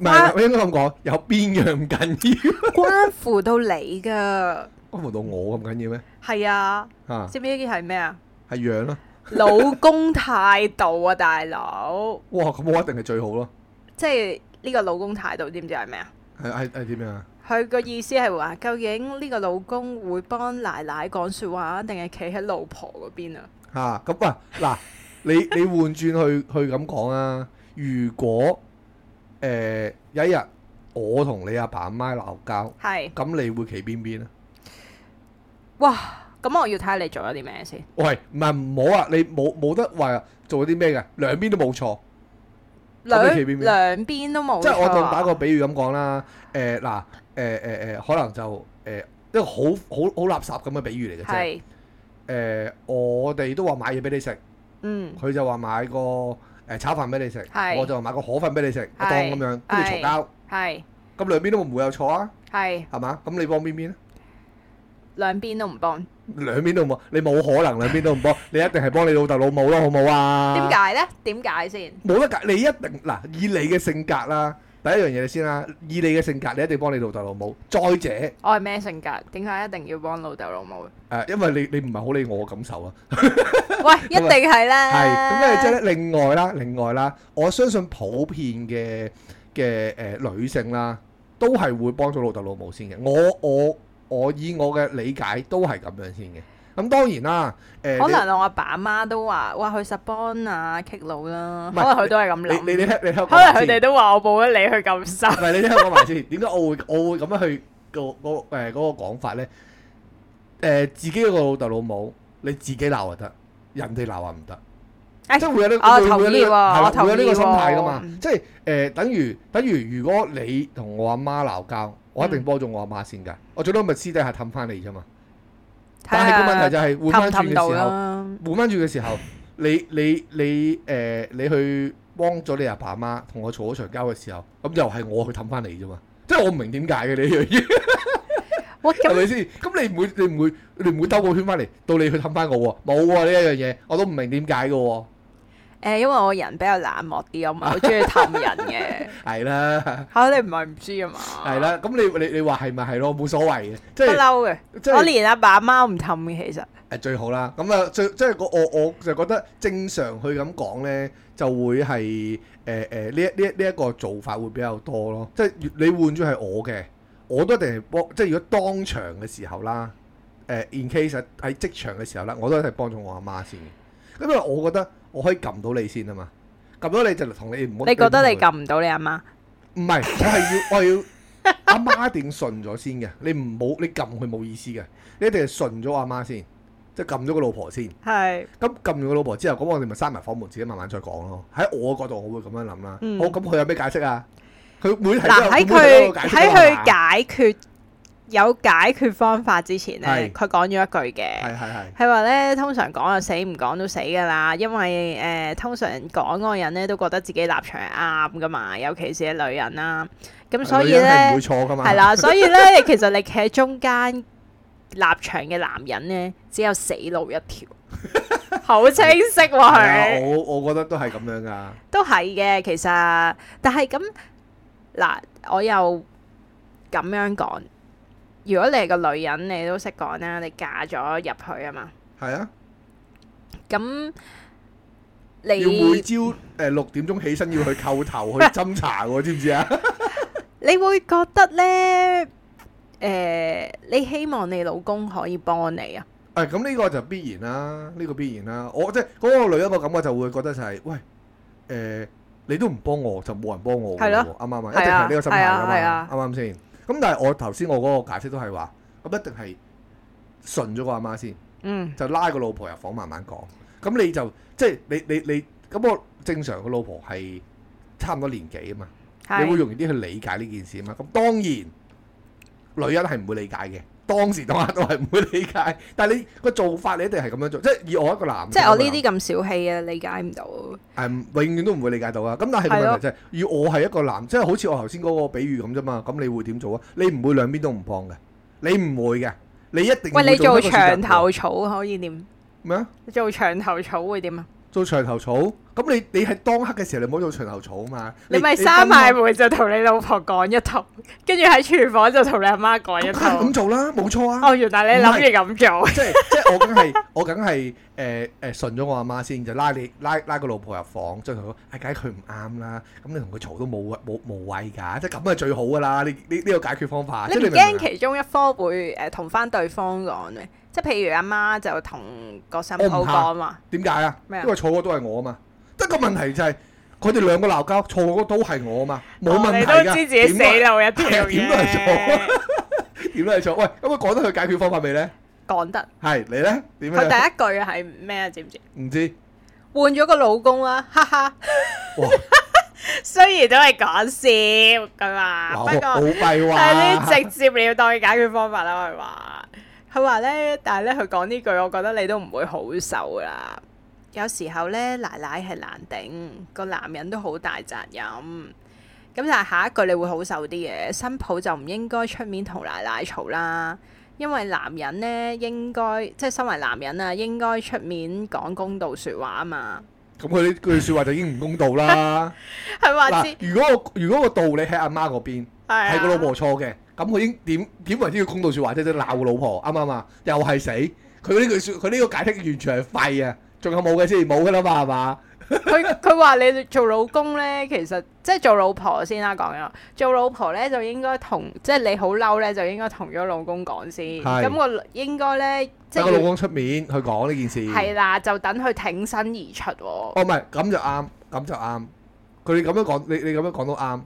C: 唔
B: 啊
C: 係，我應該咁講，有邊樣唔 <laughs> 緊要？
B: 關乎到你噶。
C: 關乎到我咁緊要咩？
B: 係啊，
C: 啊，
B: 知唔知呢啲係咩啊？
C: 係樣啦。
B: 老公態度啊，大佬，
C: 哇，咁我一定係最好咯。
B: 即係呢個老公態度，知唔知係咩啊？
C: 係係係點樣啊？
B: 佢個意思係話，究竟呢個老公會幫奶奶講説話，定係企喺老婆嗰邊啊？
C: 嚇咁啊嗱，你你換轉去去咁講啊，如果誒、有一日我同你阿爸阿媽鬧交。
B: 係，
C: 咁你會企邊邊啊？
B: 哇！咁我要睇下你做咗啲咩先。
C: 喂，唔係唔好啊！你冇冇得話做啲咩嘅，兩邊都冇錯。
B: 兩
C: 咁你企邊邊
B: 兩邊都冇錯啊。
C: 即係我當打個比喻咁講啦。誒嗱誒誒誒，可能就誒、一個好好好垃圾咁嘅比喻嚟嘅啫。誒、
B: 係，
C: 我哋都話買嘢俾你食，
B: 嗯，
C: 佢就話買個誒、炒飯俾你食，
B: 係
C: 我就話買個河粉俾你食，我當
B: 係
C: 咁樣，跟住
B: 係
C: 嘈交。
B: 係
C: 咁兩邊都唔會有錯啊，
B: 係
C: 係嘛？咁你幫邊邊咧？
B: 兩邊都唔幫，點
C: 兩邊都唔幫，你冇可能兩邊都唔
B: <laughs>
C: 幫，你一定係幫你老豆老母咯，好唔好啊？
B: 解呢？點解先？
C: 冇得㗎，你一定嗱，以你嘅性格啦，第一樣嘢先啦，以你嘅性格，你一定幫你老豆老母。再者，誒、
B: 我係咩性格？點解一定要幫老豆老母？
C: 因為你你唔係好理我嘅感受啊，
B: 喂，一定
C: 係咁
B: 係啦。
C: 咧，即係咧另外啦，另外啦，我相信普遍嘅嘅誒女性啦，都係會幫咗老豆老母先嘅。我我我以我嘅理解都係咁樣先嘅。咁當然啦，誒、
B: 可能我阿爸阿媽都話：哇，去實幫啊，kick 佬啦。
C: 唔
B: 可
C: 係
B: 能佢都係咁
C: 你你你
B: 諗。
C: 聽你聽我
B: 可能
C: 講
B: 佢
C: 先
B: 哋都話我冇得理佢咁深。
C: 唔係你聽我講埋先，點解我會我會咁樣去個個誒嗰個講法咧？誒、自己個老豆老母，你自己鬧就得，人哋鬧啊唔得。
B: 哎
C: 即係會有呢、
B: 我
C: 會會有
B: 同意
C: 呢個係啦
B: 喎，我嗯
C: 會有呢個心態噶嘛。
B: 同意喎
C: 即係誒、呃等於等於，如果你同我阿媽鬧交，我一定幫咗我阿媽先㗎。我最多咪私底下氹翻你啫嘛。但係個問題就係換
B: 氹
C: 翻
B: 唔
C: 轉
B: 啊氹
C: 嘅
B: 到
C: 時候。
B: 啦。
C: 換翻住嘅時候，你你你誒、你去幫咗你阿爸阿媽同我嘈咗場交嘅時候，咁又係我去氹翻你啫嘛。即係我唔明點解嘅呢樣嘢，
B: 哇，
C: 係
B: 咁
C: 咪先？咁你唔會，你唔會，你唔會兜個圈翻嚟，到你去氹翻我喎，冇喎呢一樣嘢，我都唔明點解嘅喎。
B: 誒，因為我人比較冷漠啲，我唔係
C: <laughs>
B: 好中意氹人嘅。
C: 係啦，
B: 嚇，你唔係唔知啊嘛？
C: 係，啦。咁你你你話係咪係咯？冇所謂嘅，即
B: 不
C: 係
B: 嬲嘅。
C: 即
B: 我
C: 係
B: 連阿爸阿媽唔氹嘅，其實
C: 誒最好啦。咁啊，最即係我我我就覺得正常去咁講咧，就會係誒誒呢一呢一呢一個做法會比較多咯。即係你換咗係我嘅，我都一定係幫。即係如果當場嘅時候啦，誒、in case 喺職場嘅時候啦，我都一定幫咗我阿媽先嘅。因為我覺得我可以撳到你先啊嘛，撳到你就同你唔好。
B: 你覺得你
C: 唔好
B: 撳唔到你阿媽？
C: 唔係，我係
B: <laughs>
C: 要我係要阿媽一定順咗先嘅，你唔好你撳佢冇意思嘅，你一定係順咗阿媽先，即係撳咗個老婆先。
B: 係
C: 咁撳完個老婆之後，咁我哋咪閂埋房門，自己慢慢再講咯。喺我嘅角度，我會咁樣諗啦。
B: 嗯
C: 好，咁佢有咩解釋啊？佢會係
B: 嗱，喺
C: 都有會
B: 佢
C: 有個解釋
B: 喺
C: 㗎嘛
B: 佢解決有解決方法之前咧
C: 係，
B: 佢講咗一句嘅。
C: 係係係
B: 佢話咧，通常講就死，唔講都死噶啦，因為誒、呃通常講嗰個人咧都覺得自己立場係啱噶嘛，尤其是係女人啦。咁所以
C: 女人係唔
B: 咧
C: <laughs> 會錯噶嘛。
B: 係啦，所以咧其實你企喺中間立場嘅男人呢，只有死路一
C: <laughs>
B: 條，好清晰喎、
C: 係啊，
B: 佢。
C: 我我覺得都係咁樣噶。
B: 都係嘅，其實，但係咁嗱，我又咁樣講。如果你係個女人，你都識講啦，你嫁咗入去啊嘛，
C: 係啊，
B: 咁
C: 要每
B: 你
C: 朝誒六點鐘起身要去叩頭去斟茶喎，知唔知啊？
B: 你會覺得呢？誒、你希望你老公可以幫你啊？
C: 誒咁呢個就必然啦，呢、個必然啦。我即係嗰個女人個感覺就會覺得就係、喂誒、你都唔幫我就冇人幫我㗎
B: 係
C: 喎，
B: 咯
C: 啱唔啱啊？一
B: 係啊
C: 定係呢個心態㗎
B: 係
C: 嘛
B: 啊，
C: 啱唔啱先？咁但係我頭先我嗰個解釋都係話，咁一定係順咗個阿媽先，
B: 嗯，
C: 就拉個老婆入房慢慢講。咁你就即係你你你咁我正常個老婆係差唔多年紀啊嘛。你會
B: 係
C: 容易啲去理解呢件事嘛？咁當然女人係唔會理解嘅，當時當刻都係唔會理解。
B: <laughs>
C: 但係你個做法你一定係咁樣做，即係以我一個男，
B: 即係我呢啲咁小氣嘅理解唔到。
C: 係永遠都唔會理解到啊。咁但係個問題就係，以我係一個男，即係好似我頭先嗰個比喻咁啫嘛。咁你會點做啊？你唔會兩邊都唔幫嘅，你唔會嘅，你一定
B: 喂，
C: 會
B: 你做
C: 一個選擇
B: 長
C: 嘅
B: 頭草可以點？
C: 咩啊？
B: 做長頭草會點啊？
C: 做長頭草，咁你你係當刻嘅時候，你唔好做長頭草啊嘛。
B: 你咪
C: 分開
B: 闩埋門就同你老婆講一套，跟住喺廚房就同你阿媽講一
C: 咁梗係
B: 套
C: 咁。做啦，冇錯啊。
B: 哦，原來你諗住咁做，
C: 即係 <laughs> 即係我梗係我梗係誒誒順咗我阿媽先，就拉你拉拉個老婆入房，即係同佢唉解佢唔啱啦，咁你同佢嘈都冇冇無謂㗎，即係咁係最好㗎啦，呢呢呢個解決方法。即
B: 你
C: 係明
B: 唔
C: 唔明
B: 驚
C: 啊
B: 其中一科會诶同翻對方講咩？即係譬如阿媽就同個新抱講話，
C: 點解啊？
B: 咩啊
C: 因為錯嗰個都係我啊嘛。得個問題就係佢哋兩個鬧交，錯嗰個都係我啊嘛，冇問
B: 哦
C: 題
B: 你
C: 㗎。
B: 都知自己死路一條
C: 係點都係
B: 嘅，
C: 點都點都係錯。喂，咁佢講得佢解決方法未咧？
B: 講得。
C: <laughs> 係啊你咧點咧？
B: 佢第一句係咩啊？知唔知？
C: 唔知
B: 換咗個老公啦，哈哈。
C: 哇！
B: <laughs> 雖然都係講笑噶嘛，
C: 哇好
B: 不過。
C: 好啊弊
B: 但係
C: 喎。
B: 呢直接你要當佢解決方法啦，佢話。佢話咧，但係咧，佢講呢句，我覺得你都唔會好受啦。有時候咧，奶奶係難頂，個男人都好大責任。咁但係下一句你會好受啲嘅，新抱就唔應該出面同奶奶嘈啦，因為男人咧應該即係身為男人啊，應該出面講公道説話啊嘛。
C: 咁佢呢句説話就已經唔公道啦。
B: 佢話知
C: 嗱，如果個如果個道理喺阿媽嗰邊，係
B: 係
C: 個
B: 啊
C: 老婆錯嘅，咁佢已經點點為之要公道説話啫？即係鬧個老婆，啱唔啱啊？又係死，佢呢句説佢呢個解釋完全係廢啊！仲有冇嘅先？冇噶啦嘛，係嘛？
B: <laughs> 佢佢話你做老公咧，其實即係做老婆先啦，講咗做老婆咧就應該同即係你好嬲咧，就應該同咗老公講先。
C: 係
B: 咁我應該咧即
C: 等個老
B: 係
C: 公出面去講呢件事，
B: 係啦，就等佢挺身而出喎。
C: 哦，唔係咁就啱，咁就啱。佢哋咁樣講，你你咁樣講都啱，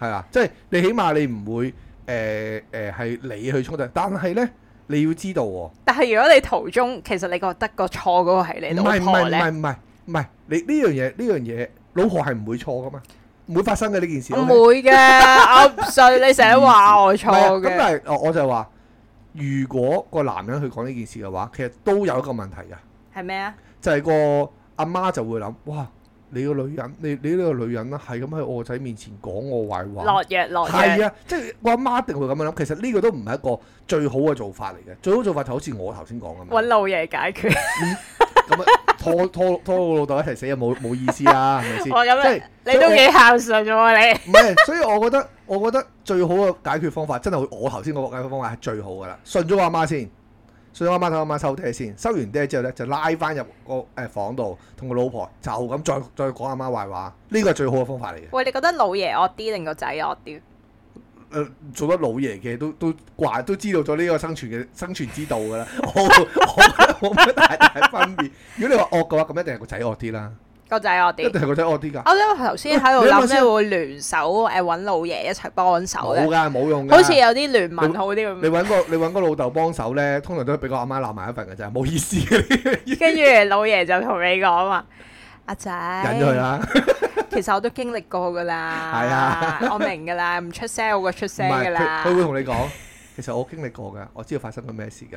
C: 係啊，即係你起碼你唔會誒誒係你去衝突，但係咧你要知道喎、
B: 但係如果你途中其實你覺得個錯嗰個係你
C: 唔
B: 老
C: 係唔
B: 婆
C: 係唔
B: 咧
C: 係，唔係唔係，你呢樣嘢呢樣嘢，老婆係唔會錯噶嘛，唔會發生嘅呢件事。
B: 唔
C: OK？
B: 會嘅，我唔信你成日話我
C: 唔係啊
B: 哦錯
C: 咁
B: 嘅。
C: 但係我我就話，如果個男人去講呢件事嘅話，其實都有一個問題㗎，
B: 係咩啊？
C: 就係、個阿媽就會諗，哇！你個女人，你你呢個女人啦，係咁喺我仔面前講我壞話，
B: 落藥落藥
C: 係啊，即係我阿媽一定會咁樣諗。其實呢個都唔係一個最好嘅做法嚟嘅，最好做法就好似我頭先講咁
B: 揾
C: 樣，
B: 老爺解決。
C: 咁啊拖拖拖我老豆一齊死啊，冇冇意思啦，係咪
B: <laughs>
C: 先？
B: 哇咁啊
C: 即係
B: 你都幾孝順喎你。
C: 唔係，所以我覺得 <laughs> 我覺得最好嘅解決方法，真係我頭先嗰個解決方法係最好噶啦。信咗我阿媽先，信咗我阿媽睇我阿媽收爹先，收完爹之後咧就拉翻入個誒房度，同個老婆就咁再再講阿媽壞話，呢個係最好嘅方法嚟嘅。誒、
B: 喂，你覺得老爺惡啲定個仔惡啲？
C: 呃做得老爺嘅都都慣都知道咗呢個生存嘅生存之道噶 <laughs> 啦。我我覺得冇乜大大分別。如果你話惡嘅話，咁一定係個仔惡啲啦，
B: 個仔惡
C: 一
B: 啲。
C: 定係個仔惡啲㗎。
B: 我咧頭先喺度
C: <laughs> 你諗
B: 諗
C: 下
B: 咧
C: 先
B: 會聯手誒揾老爺一齊幫手
C: 冇
B: 咧，
C: 㗎，冇用㗎。
B: 好似有啲聯盟好啲
C: 你
B: 咁。
C: 揾個你揾個老豆幫手咧，通常都係俾個阿媽鬧埋一份嘅咋，冇意思嘅，
B: 跟住老爺就同你講話：阿仔，
C: 忍咗佢啦。
B: 其實我都經歷過噶啦，
C: 係啊，
B: 我明噶啦，唔出聲好過出
C: 唔
B: 聲噶
C: 係佢
B: 啦。
C: 佢會同你講，其實我經歷過㗎，我知道發生咗咩事㗎。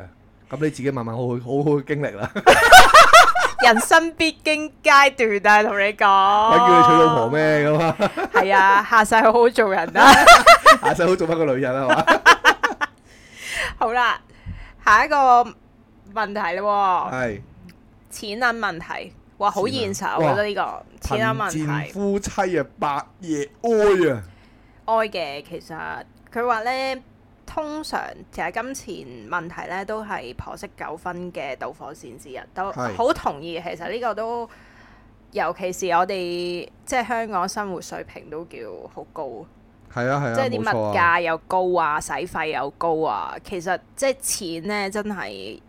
C: 咁你自己慢慢好好好好去經歷啦。
B: 人生必經階段啊，同你
C: 我
B: 講。
C: 叫你娶老婆？咩咁
B: <laughs>
C: 啊？
B: 係啊，下世好
C: <laughs>
B: 好做人啦。啊
C: 啊下世好做翻個女人係嘛？
B: 好啦，下一個問題咯喎，
C: 係
B: 錢銀問題，哇，好現實啊，
C: 哇
B: 我覺得呢個 <laughs> 錢銀問
C: 貧賤
B: 題，
C: 夫妻啊，百夜哀啊，
B: 哀嘅其實佢話呢，通常其實金錢問題呢都係婆媳糾紛嘅導火線之一，都
C: 係
B: 好同意。其實呢個都尤其是我哋即係香港生活水平都叫好高。
C: 係啊係啊，
B: 即係啲
C: 冇錯
B: 物
C: 啊，
B: 價又高啊，使費又高啊，其實即係錢咧真係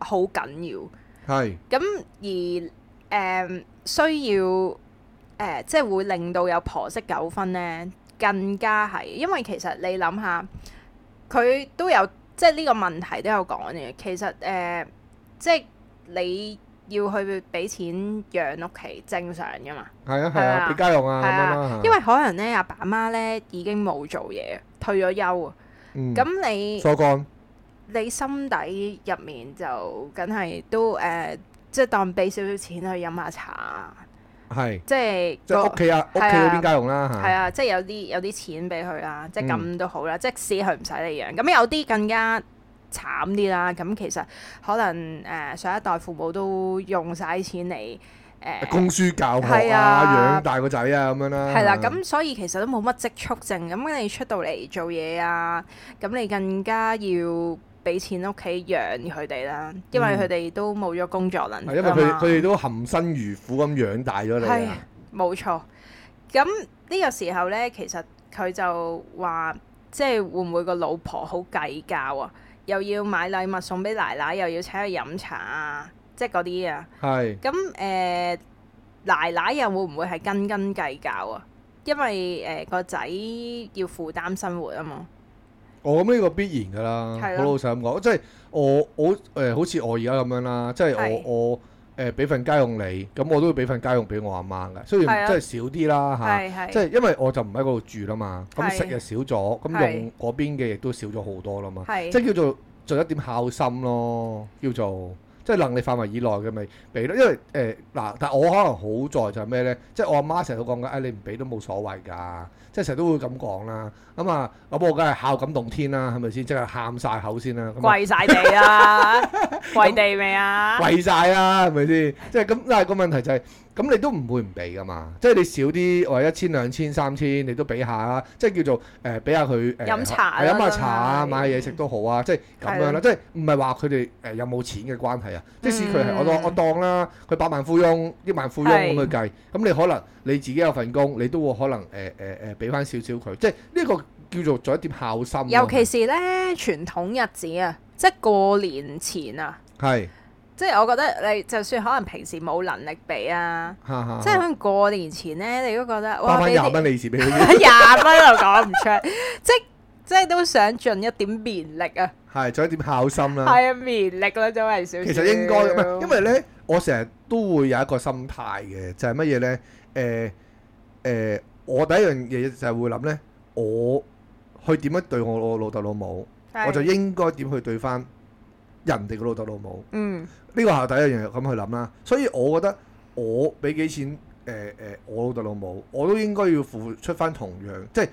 B: 好緊
C: 係
B: 要。咁而誒、嗯需要誒、呃即係會令到有婆媳糾紛咧，更加係，因為其實你諗下，佢都有即係呢個問題都有講嘅。其實誒、呃即係你要去俾錢養屋企，正常噶嘛。
C: 係啊係
B: 係
C: 啊，
B: 啊
C: 俾家用
B: 係
C: 啊咁樣啦
B: 啊，，因為可能咧阿爸媽咧已經冇做嘢，退咗休啊。
C: 為
B: 咁你
C: 嗯疏乾
B: 你心底入面就梗係都誒、呃即係當俾少少錢去飲下茶，
C: 係
B: 即係
C: 即係
B: 個
C: 屋企啊，屋企
B: 係
C: 嗰
B: 啊
C: 邊家用啦嚇，
B: 係啊，即係有啲有啲錢俾佢啦，
C: 嗯
B: 即係咁都好啦，即使佢唔使你養，咁有啲更加慘啲啦。咁其實可能誒、呃上一代父母都用晒錢嚟誒，
C: 供書教學
B: 係
C: 啊，
B: 啊
C: 養大個仔啊咁樣啦，
B: 係啦、咁所以其實都冇乜積蓄剩。咁你出到嚟做嘢啊，咁你更加要。俾錢屋企養佢哋啦，因為
C: 嗯
B: 佢哋都冇咗工作能
C: 係
B: 力
C: 因為
B: 啊
C: 佢
B: 嘛
C: 佢哋都含辛茹苦咁養大咗你
B: 係
C: 啊，
B: 冇錯。咁呢個時候呢，其實佢就話，即係會唔會個老婆好計較啊？又要買禮物送俾奶奶，又要請佢飲茶啊，即係嗰啲啊。
C: 係
B: 咁誒、呃奶奶又會唔會係斤斤計較啊？因為誒呃個仔要負擔生活啊嘛。
C: 我哦諗呢個必然㗎啦，
B: 係
C: 好
B: 咯
C: 老實咁講，即係我我誒好似我而家咁樣啦，即係
B: 係
C: 我我誒俾份家用你，咁我都會俾份家用俾我阿媽㗎，雖
B: 係
C: 然
B: 啊
C: 即係少啲啦嚇。
B: 係係
C: 即係因為我就唔喺嗰度住啦嘛，咁
B: 係
C: 食又少咗，咁
B: 係
C: 用嗰邊嘅亦都少咗好多啦嘛，
B: 係
C: 即係叫做做一點孝心咯，叫做即係能力範圍以內嘅咪俾咯，因為誒嗱、但我可能好在就係咩咧，即係我阿媽成日都講緊，誒、你唔俾都冇所謂㗎，即係成日都會咁講啦，咁啊咁我梗係孝感動天啦，係咪先？即係喊晒口先啦，咁啊
B: 跪晒地 <laughs> 啦，跪地未啊？
C: 跪晒啦，係咪先？即係咁，但係個問題就係、咁你都唔會唔俾噶嘛？即係你少啲，或者一千、兩千、三千，你都俾下啦。即係叫做誒，俾、下佢誒，
B: 飲茶
C: 係
B: 啦
C: 飲下茶啊，
B: 真係
C: 買下嘢食都好啊。即係咁樣
B: 係
C: 啦，
B: 啦
C: 即係唔係話佢哋誒有冇錢嘅關係啊？即使佢係
B: 嗯
C: 我當我當啦，佢百萬富翁、億萬富翁咁
B: 係
C: 去計，
B: 嗯
C: 咁你可能你自己有份工，你都會可能誒誒誒俾翻少少佢。即係呢個叫做做一點孝心咯。啊
B: 尤其是咧傳統日子啊，即係過年前啊，
C: 係，
B: 即係我覺得你就算可能平時冇能力俾啊，
C: 哈哈
B: 即係可能過年前咧，你都覺得
C: 包
B: 哇，
C: 翻
B: 俾
C: 廿
B: 啲
C: 蚊利是俾佢，
B: <laughs> 廿蚊又講唔出，即即係都想盡一點綿力啊，
C: 係做一點孝心啦。
B: 係啊，綿力啦，都係少少。
C: 其實應該唔係，因為咧，我成日都會有一個心態嘅，就係乜嘢咧？誒、誒、我第一樣嘢就係會諗咧，我去點樣對我我老豆老母，
B: 係
C: 我就應該點去對翻人哋嘅老豆老母。
B: 嗯
C: 呢個係第一樣嘢咁去諗啦。所以我覺得我俾幾錢誒誒、我老豆老母，我都應該要付出翻同樣，即係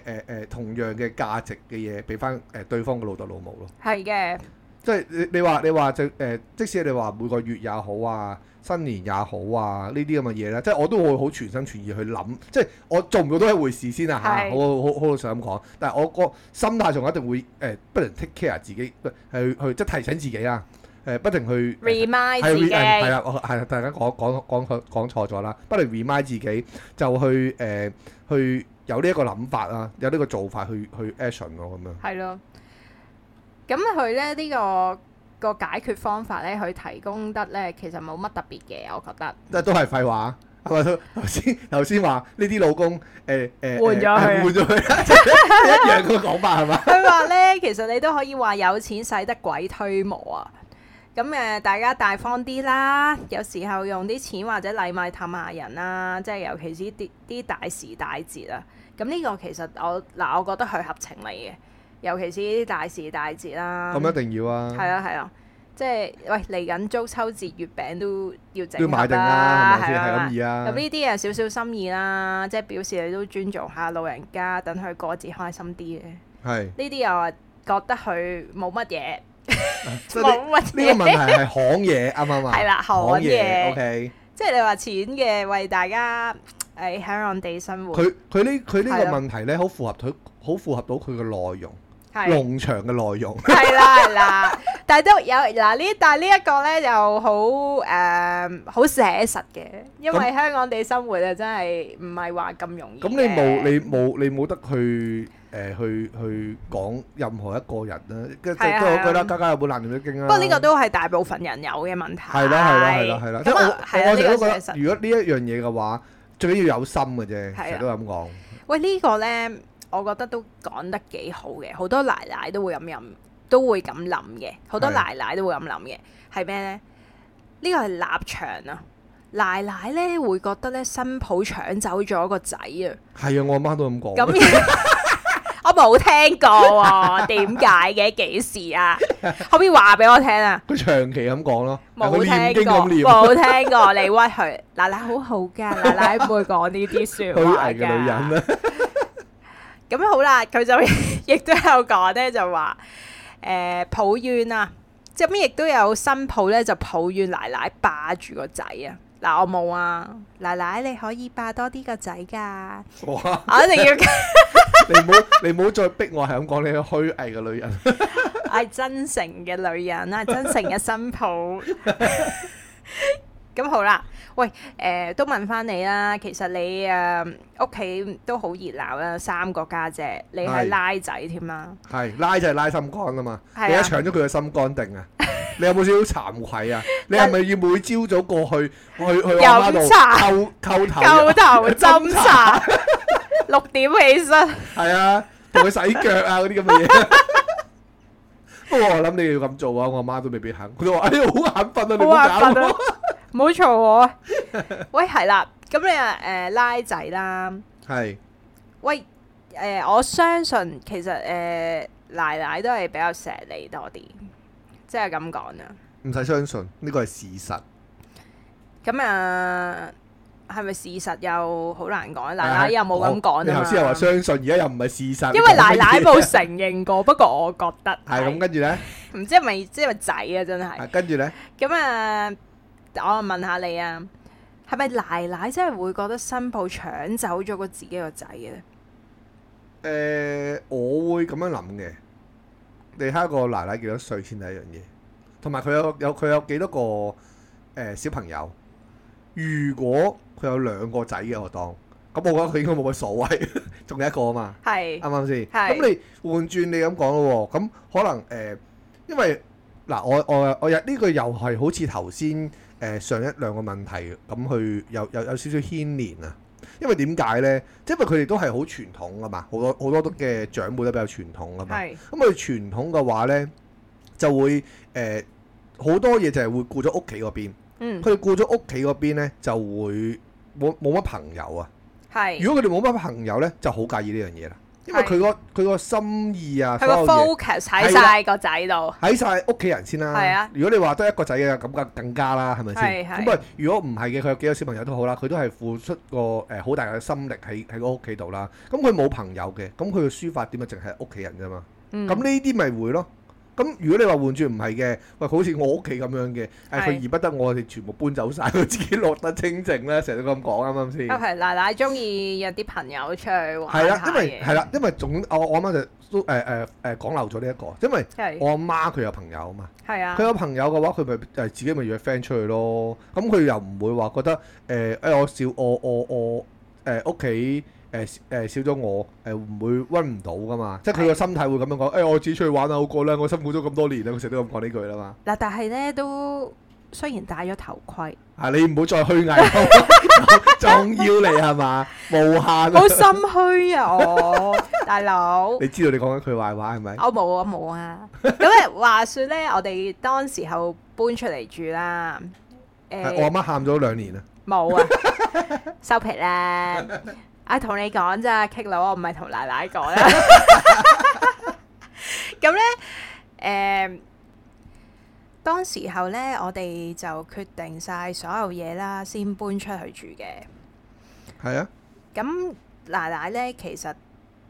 C: 誒誒誒同樣嘅價值嘅嘢俾翻誒對方嘅老豆老母咯。
B: 係嘅，
C: 即係你你話你話就誒、即使你話每個月也好啊，新年也好啊，呢啲咁嘅嘢咧，即係我都會好全心全意去諗，即係我做唔做都係一回事先啊嚇，
B: 係
C: 好好好好老實咁講。但係我個心態上一定會誒、不停 take care 自己，去去即係提醒自己啊，誒、不停去誒
B: remind
C: 係
B: 自己
C: re- 誒係啦，啊我係啦大家講講講錯講錯咗啦，不如 remind 自己就去誒、去有呢一個諗法啊，有呢個做法去去 action 咯咁樣。
B: 係咯。咁佢咧呢、個。個解決方法咧，佢提供得咧，其實冇乜特別嘅，我覺得。
C: 都都係廢話。係咪頭先頭先話呢啲老公誒誒
B: 換咗佢啊
C: 換咗
B: <laughs>
C: 佢，一樣咁嘅講法係嘛？
B: 佢話咧， <laughs> 其實你都可以話有錢使得鬼推磨啊！咁誒、呃大家大方啲啦，有時候用啲錢或者禮物氹下人啦，即係尤其是啲啲大時大節啊。咁呢個其實我嗱，我覺得佢合情理嘅，尤其是啲大時大節啦。
C: 咁一定要啊！
B: 係啊係啊，即係喂嚟緊中秋節月餅都要整
C: 都要買定啦，
B: 啦，
C: 係咪先？係咁易
B: 咁
C: 啊！
B: 呢啲係少少心意啦，即係表示你都尊重下老人家，等佢過節開心啲嘅。啊
C: 係
B: 呢啲又話覺得佢冇乜嘢，
C: 即係呢
B: 冇乜
C: 呢個問
B: 嘢。
C: 題係行嘢啱唔啱啊？
B: <laughs> 係啦行嘢
C: OK，
B: 即係你話錢嘅，為大家誒享浪地生活，
C: 佢佢呢佢呢
B: 係啦
C: 個問題咧，好符合佢好符合到佢嘅內容，
B: 係
C: 農場嘅內容。
B: 係啦係啦， <laughs> 但係都有嗱呢，但係呢一個咧就好誒好寫實嘅，因為
C: 咁
B: 香港地生活啊真係唔係話咁容易
C: 咁
B: 嘅。
C: 你冇你冇你冇得去誒去去講任何一個人啦，跟住即
B: 係啊
C: 係我
B: 係啊
C: 覺得家家有本難念的經啦。
B: 不過呢個都係大部分人有嘅問題。
C: 係啦係啦係啦係啦，即係
B: 咁啊
C: 我
B: 係啊
C: 我成日
B: 呢
C: 都覺
B: 個寫
C: 得，
B: 實。
C: 如果呢一樣嘢嘅話，最緊要有心嘅啫，
B: 係啊
C: 成日都咁講。
B: 喂，呢個呢，我覺得都講得幾好嘅，好多奶奶都會咁諗，都會咁諗嘅，好多
C: 係
B: 奶奶都會咁諗嘅，係咩呢？呢個係立場啊！奶奶呢會覺得呢，新抱搶走咗個仔啊，
C: 係啊，我阿媽都咁講。
B: 咁 <laughs> 我冇聽過
C: <laughs>
B: 喎、點解嘅？幾時啊？可唔可以話俾我聽啊？
C: 佢長期咁講咯，但
B: 冇
C: 佢念經
B: 聽過，
C: 咁念，
B: 冇聽過，你屈佢奶奶好好噶，奶奶唔會講呢啲
C: 虛
B: 説話
C: 偽嘅女人啊 <laughs>
B: 㗎。
C: 啦。
B: 咁好啦，佢就 <laughs> 亦都有講咧，就話誒、抱怨啊，咁亦都有新抱咧就抱怨奶奶霸住個仔啊。嗱，我冇啊，奶奶你可以霸多啲個仔㗎，
C: 哇！
B: 我一定要。
C: 你唔好你唔好再逼我係咁講，你係虛偽嘅女人。
B: 我係真誠嘅女人啦，真誠嘅新抱。 <laughs> 咁好啦，喂，誒、都問翻你啦。其實你誒屋企都好熱鬧啦，三個家姐，你係
C: 係
B: 拉仔添啊啦，
C: 係拉就係拉心肝啊嘛，
B: 係啊
C: 你一搶咗佢嘅心肝定啊！你有冇少少慚愧啊？你係咪要每朝早過去去去我媽
B: 飲茶
C: 度叩叩頭？啊
B: 夠頭斟
C: 斟
B: 茶， <laughs> 六點起身，
C: 係啊，同佢洗腳啊嗰啲咁嘅嘢。不過我諗你要咁做啊，我阿媽都未必肯。佢就話：哎呀，好眼瞓啊，你唔
B: 好
C: 好
B: 眼
C: 搞
B: 瞓啊
C: 我。
B: 唔好嘈我。喂，係啦，咁你啊誒、拉仔啦。
C: 係
B: 喂，誒、我相信其實誒、à, 奶奶都係比較錫你多啲，即係咁講啦。
C: 唔使相信，呢個係事實。
B: 咁啊，係咪事實又好難講？奶
C: 係啊
B: 奶又冇咁講
C: 你
B: 啊嘛
C: 頭先又話相信，而家又唔係事實。
B: 因為奶
C: <laughs>
B: 奶冇承認過，不過我覺得
C: 係咁，跟住咧，
B: 唔知係咪即係咪仔啊？真係
C: 啊跟住咧，
B: 咁啊！我問下你啊，係咪奶奶真係會覺得新抱搶走咗個自己個仔嘅咧？
C: 誒，呃我會咁樣諗嘅。你睇下個奶奶幾多歲先係一樣嘢，同埋佢有有佢有幾多個誒、小朋友。如果佢有兩個仔嘅，我當咁，我覺得佢應該冇乜所謂， <laughs> 仲有一個啊嘛，
B: 係
C: 啱唔啱先？
B: 係
C: 咁你換轉你咁講咯喎，咁可能誒、因為嗱，我我我有呢個又係好似頭先誒上一兩個問題咁去有有有少少牽連啊。因為點解呢？即係因為佢哋都係好傳統噶嘛，好多好多嘅長輩都比較傳統噶嘛。
B: 係
C: 咁佢傳統嘅話呢，就會誒好、多嘢就係會顧咗屋企嗰邊。
B: 嗯
C: 佢哋顧咗屋企嗰邊呢，就會冇冇乜朋友啊。
B: 係
C: 如果佢哋冇乜朋友呢，就好介意呢樣嘢啦，因為佢個佢個心意啊，
B: 佢
C: 所有
B: 個
C: 嘢
B: focus 喺
C: 係啦
B: 晒個仔度。
C: 喺晒屋企人先啦。
B: 係啊
C: 如果你話得一個仔嘅，咁更更加啦，係咪先？
B: 係係
C: 咁啊，如果唔係嘅，佢有幾個小朋友都好啦，佢都係付出個誒好大嘅心力喺喺個屋企度啦。咁佢冇朋友嘅，咁佢嘅抒發點啊，淨係屋企人啫嘛。
B: 嗯
C: 咁呢啲咪會咯。咁如果你話換轉唔係嘅，喂，好似我屋企咁樣嘅，誒
B: 係
C: 佢而不得我哋全部搬走晒， <laughs> 佢自己落得清靜咧，成日都咁講，啱唔啱先？
B: OK，奶啊奶中意約啲朋友出去玩
C: 係啦，啊
B: 下
C: 因為
B: 嘅
C: 係啦，因為總我我阿媽就都誒誒誒講漏咗呢一個，因為
B: 係
C: 我阿媽佢有朋友啊嘛，
B: 係啊
C: 佢，有朋友嘅話，佢咪誒自己咪約 friend 出去咯。咁佢又唔會話覺得誒誒、我少我我我誒屋企誒誒少咗我誒唔會温唔到噶嘛，即係佢個心態會咁樣講誒、我自己出去玩啊好過啦，我辛苦咗咁多年啦，佢成日都咁講呢句啦嘛。
B: 嗱，但係咧都雖然戴咗頭
C: <laughs>
B: 盔，
C: 啊！你唔好再虛偽， <laughs> 仲要你係嘛？無限啊！
B: 好心虛啊我
C: <laughs>
B: 大佬， <laughs> 我
C: 你知道你講緊佢壞話係咪？
B: 冇啊冇啊。咁啊話說咧，我哋當時候搬出嚟住啦，
C: 係我阿
B: 誒
C: 媽喊咗兩年啊！
B: 冇啊，收皮啦。啊，同你講咋，K 佬，我唔係同奶奶講啦。咁咧，誒、當時候咧，我哋就決定晒所有嘢啦，先搬出去住嘅。
C: 係啊，
B: 咁奶奶咧，其實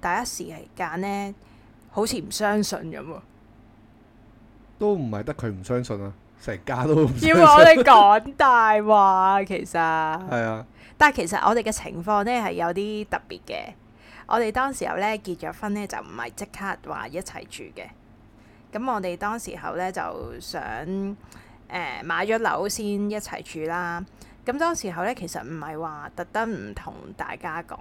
B: 第一時間咧，好似唔相信咁喎。
C: 都唔係得佢唔相信啊，成家都唔相信
B: 要
C: <laughs>
B: 我哋講大話，其實。
C: 係啊，
B: 但係其實我哋嘅情況呢係有啲特別嘅。我哋當時候呢結咗婚呢，就唔係即刻話一齊住嘅。咁我哋當時候呢，就想誒、呃、買咗樓先一齊住啦。咁當時候呢，其實唔係話特登唔同大家講。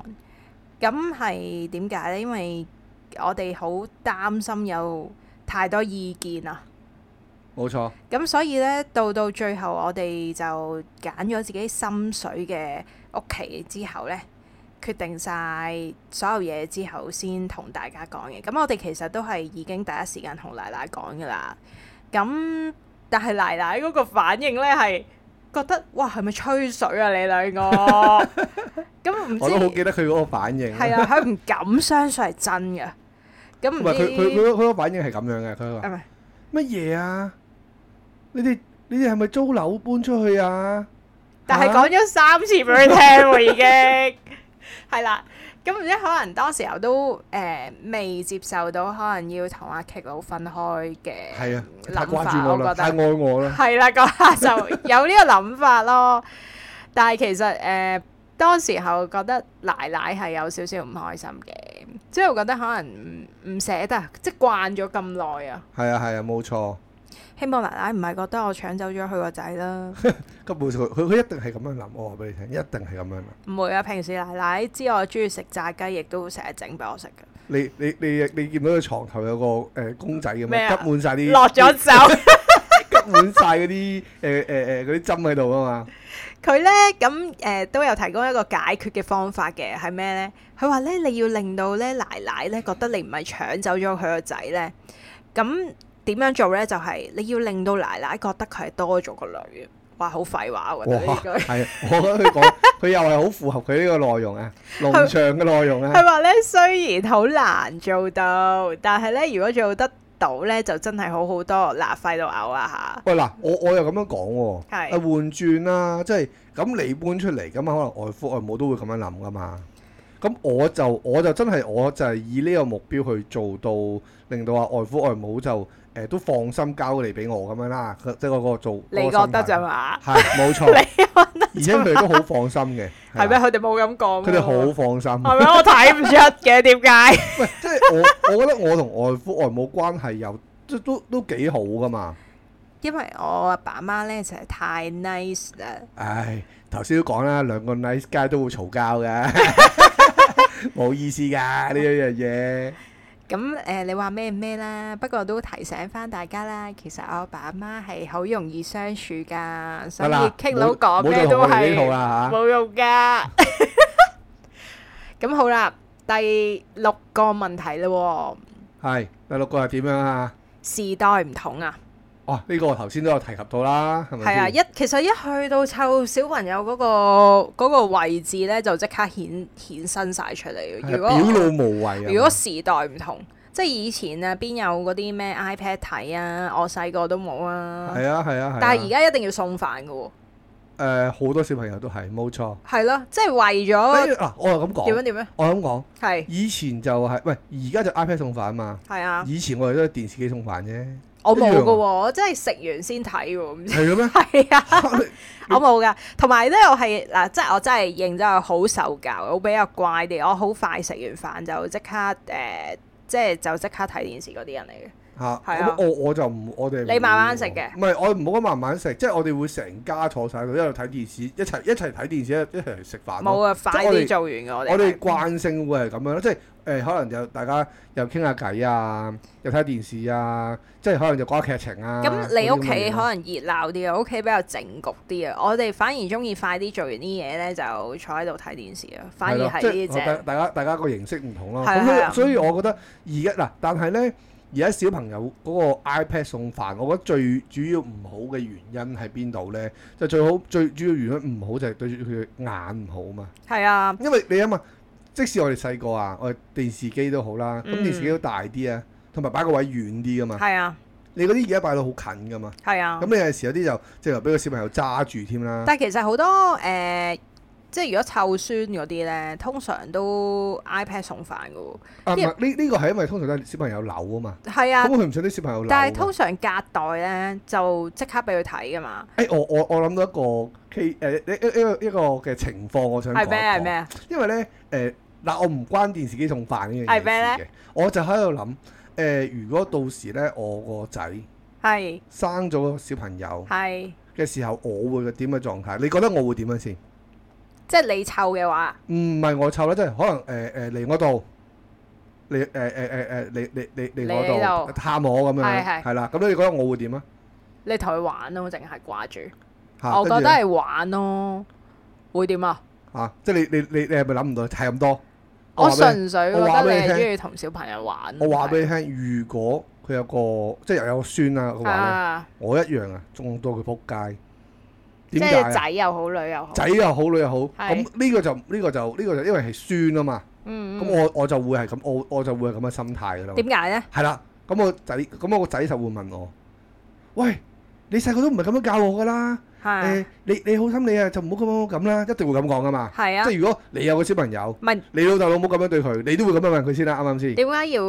B: 咁係點解呢？因為我哋好擔心有太多意見啊。
C: 冇錯，
B: 咁所以咧，到到最後我哋就揀咗自己心水嘅屋企之後咧，決定晒所有嘢之後，先同大家講嘅。咁我哋其實都係已經第一時間同奶奶講噶啦。咁但係奶奶嗰個反應咧係覺得哇，係咪吹水啊你兩
C: <laughs>
B: 個？咁唔
C: 我都好啊
B: 知
C: 記得佢嗰個反應。
B: 係啊，佢唔敢相信係真嘅。咁唔
C: 唔係佢佢佢
B: 知
C: 佢個反應係咁樣嘅，佢
B: 係
C: 話
B: 咪
C: 乜嘢啊？你哋你哋係咪租樓搬出去啊？
B: 但係
C: 嚇
B: 講咗三次俾佢聽喎，已經 <laughs> 係啦。咁唔知可能當時候都誒、呃未接受到，可能要同阿 K 佬分開嘅
C: 係啊，太
B: 諗
C: 掛
B: 法，
C: 住我啦，
B: 我
C: 太
B: 覺得
C: 愛我啦。
B: <laughs> 係啦，嗰下就有呢個諗法咯。但係其實誒、呃、當時候覺得奶奶係有少少唔開心嘅，即係我覺得可能唔唔捨得，即係慣咗咁耐啊。
C: 係啊係啊，冇錯。
B: 希望奶奶唔係覺得我搶走咗佢個仔啦。
C: 根本佢佢佢一定係咁樣諗，我話俾你聽，一定係咁樣諗。
B: 唔會啊！平時奶奶知我中意食炸雞，亦都成日整俾我食嘅。
C: 你你你你見到佢床頭有個誒、呃公仔咁
B: 咩
C: 樣，
B: 啊
C: 急滿晒啲
B: 落咗手，
C: 急滿晒嗰啲誒誒誒嗰啲針喺度啊嘛，
B: <laughs> 佢呢咁誒、呃都有提供一個解決嘅方法嘅，係咩呢？佢話呢，你要令到呢奶奶呢覺得你唔係搶走咗佢個仔呢。咁點樣做呢？就係、你要令到奶奶覺得佢係多咗個女嘅。哇！好廢話，我覺得呢
C: 哇
B: 句。
C: 係，我覺得佢講佢又係好符合佢呢個內
B: <laughs>
C: 容啊，農場嘅內容啊，
B: 佢話咧，雖然好難做到，但係呢，如果做得到呢，就真係好好多。嗱，廢到嘔啊
C: 喂嗱，我我又咁樣講喎，
B: 嚇！係
C: 啊。換轉啦，即係咁你搬出嚟，咁可能外父外母都會咁樣諗噶嘛。咁我就我就真係我就係以呢個目標去做到，令到啊外父外母就誒、呃都放心交嚟俾我咁樣啦。佢即係嗰個做
B: 你
C: 嗰個
B: 覺
C: 心
B: 得
C: 態
B: 咋嘛？
C: 係冇錯，
B: <laughs>
C: 而且佢哋都好放心嘅，啊
B: 係啊咩？？佢哋冇咁講喎。
C: 佢哋好放心，
B: 係咪？我睇唔出嘅，點解？
C: 喂，即 <laughs> 係我，我覺得我同外父外母關係又即都都幾好噶嘛。
B: <laughs> 因為我阿爸媽咧實在太 nice 啦，
C: 唉，頭先都講啦，兩個 nice guy 都會嘈交 <laughs> 嘅，冇意思㗎呢一樣嘢。
B: 咁誒、呃你話咩唔咩啦？不過都提醒翻大家啦，其實我阿爸阿媽係好容易相處㗎，所以
C: 嗱
B: K 佬講
C: 冇冇
B: 咩
C: 再同
B: 都
C: 我哋呢套 <laughs>
B: 係
C: 啦嚇。
B: 冇用㗎。 <laughs> 咁好啦，第六個問題嘞喎，
C: 係第六個係點樣啊？
B: 時代唔同啊。
C: 哦，呢個我頭先都有提及到啦，係咪
B: 係啊，
C: 先？
B: 一其實一去到湊小朋友嗰、個嗰個位置咧，就即刻顯顯身晒出嚟。
C: 係啊
B: 如果
C: 表露無遺啊。
B: 如果時代唔同，即係以前啊，邊有嗰啲咩 iPad 睇啊？我細個都冇啊。
C: 係啊係啊係啊。
B: 但係而家一定要送飯嘅喎，
C: 家誒好多小朋友都係冇錯。
B: 係咯，即係為咗
C: 嗱，我又咁
B: 點樣
C: 講，
B: 點樣，
C: 我又咁講。
B: 係
C: 以前就係、喂，而家就 iPad 送飯啊嘛。
B: 係啊，
C: 以前我哋都係電視機送飯啫。
B: 我冇嘅
C: 一樣
B: 喎，我真係食完先睇喎，唔知？
C: 係嘅咩
B: <laughs>
C: <laughs>
B: 係啊，
C: 嚇你
B: 我冇噶。同埋咧，我係嗱，即係我真係認真，我好受教，我比較乖啲，我好快食完飯就即刻誒、呃即係就即刻睇電視嗰啲人嚟嘅。
C: 嚇
B: 係啊
C: 我我我就唔我哋唔
B: 你慢慢
C: 會喎
B: 食嘅
C: 唔係我唔好講慢慢食，即係我哋會成家坐晒喺度一路睇電視，一齊一齊睇電視，一一齊食飯
B: 冇
C: 咯。
B: 啊，
C: 係
B: 快
C: 我哋
B: 啲做完嘅我哋係。
C: 我哋慣性會係咁樣咯，即係誒、可能又大家又傾下偈啊，又睇電視啊，即係可能就講下劇情啊。
B: 咁你
C: 嗰啲
B: 屋
C: 咁嘅嘢
B: 企
C: 咯
B: 可能熱鬧啲啊，屋企比較靜局啲啊，我哋反而中意快啲做完啲嘢咧，就坐喺度睇電視啊，反而
C: 咯
B: 係
C: 即係
B: 呢
C: 大
B: 只
C: 大家大家個形式唔同咯。
B: 係啊
C: 咁所
B: 係啊
C: 以所以我覺得而家嗱，但係咧而家小朋友嗰個 iPad 送飯，我覺得最主要唔好嘅原因喺邊度咧？就最好最主要原因唔好就係對住佢眼唔好嘛。
B: 係啊，
C: 因為你諗下，即使我哋細個啊，我哋電視機都好啦，咁
B: 嗯
C: 電視機都大啲啊，同埋擺個位遠啲噶嘛。
B: 係啊，
C: 你嗰啲而家擺到好近噶嘛，
B: 係啊
C: 咁。你有時有啲就即係話俾個小朋友揸住添啦。
B: 但係其實好多誒、呃即係如果臭酸嗰啲咧，通常都 iPad 送飯噶喎。
C: 啊唔係
B: 因為
C: 呢呢個係因為通常都係小朋友扭啊嘛，
B: 係
C: 咁
B: 啊，
C: 佢唔想啲小朋友扭啊嘛。
B: 但係通常隔袋咧就即刻俾佢睇噶嘛。
C: 誒、哎我我我諗到一個 K 誒一一一個一個嘅情況，我想講
B: 係
C: 一
B: 咩？係
C: 講
B: 咩？啊？
C: 因為咧誒嗱，我唔關電視機送飯呢樣嘢
B: 係
C: 事
B: 咩呢
C: 嘅，我就喺度諗誒，如果到時咧我個仔
B: 係
C: 生咗個小朋友
B: 係，
C: 嘅時候，我會點嘅狀態？你覺得我會點樣先？
B: 即係你臭嘅話，
C: 唔係我湊啦，即係可能誒誒呃嚟我度。你呃誒誒誒誒，你你你你
B: 嚟你
C: 我度
B: 度
C: 探我咁
B: 係
C: 樣，
B: 係
C: 係啦。咁你覺得我會點啊？
B: 你同佢玩咯，淨係掛住。
C: 嚇啊跟
B: 我
C: 住
B: 覺得
C: 呢
B: 係玩咯，會點啊？
C: 啊，即係你你你你係咪諗唔到係咁多？
B: 我
C: 話俾你
B: 純粹覺
C: 我話
B: 得
C: 俾
B: 你
C: 你
B: 係
C: 聽
B: 中意同小朋友玩。
C: 我話俾你聽，如果佢有個即係又有個孫啊嘅話
B: 係
C: 咧，
B: 啊，
C: 我一樣啊，中到佢撲街。
B: 即
C: 點
B: 係
C: 解啊？
B: 仔又好，女又好。
C: 仔又好，女又好，咁
B: 係
C: 呢個就呢個就呢個就因為係孫啊嘛，
B: 嗯，
C: 咁
B: 嗯
C: 我我就會係咁，我我就會係咁嘅心態㗎啦。
B: 點解咧？
C: 係啦，咁我仔咁我個仔就會問我：，喂，你細個都唔係咁樣教我㗎啦，
B: 係
C: 誒，你你好心你啊，就唔好咁樣咁啦，一定會咁講㗎嘛。
B: 係啊
C: 即，係如果你有個小朋友，
B: 唔係
C: 你老豆老母咁樣對佢，你都會咁樣問佢先啦，啱唔啱先？
B: 點解要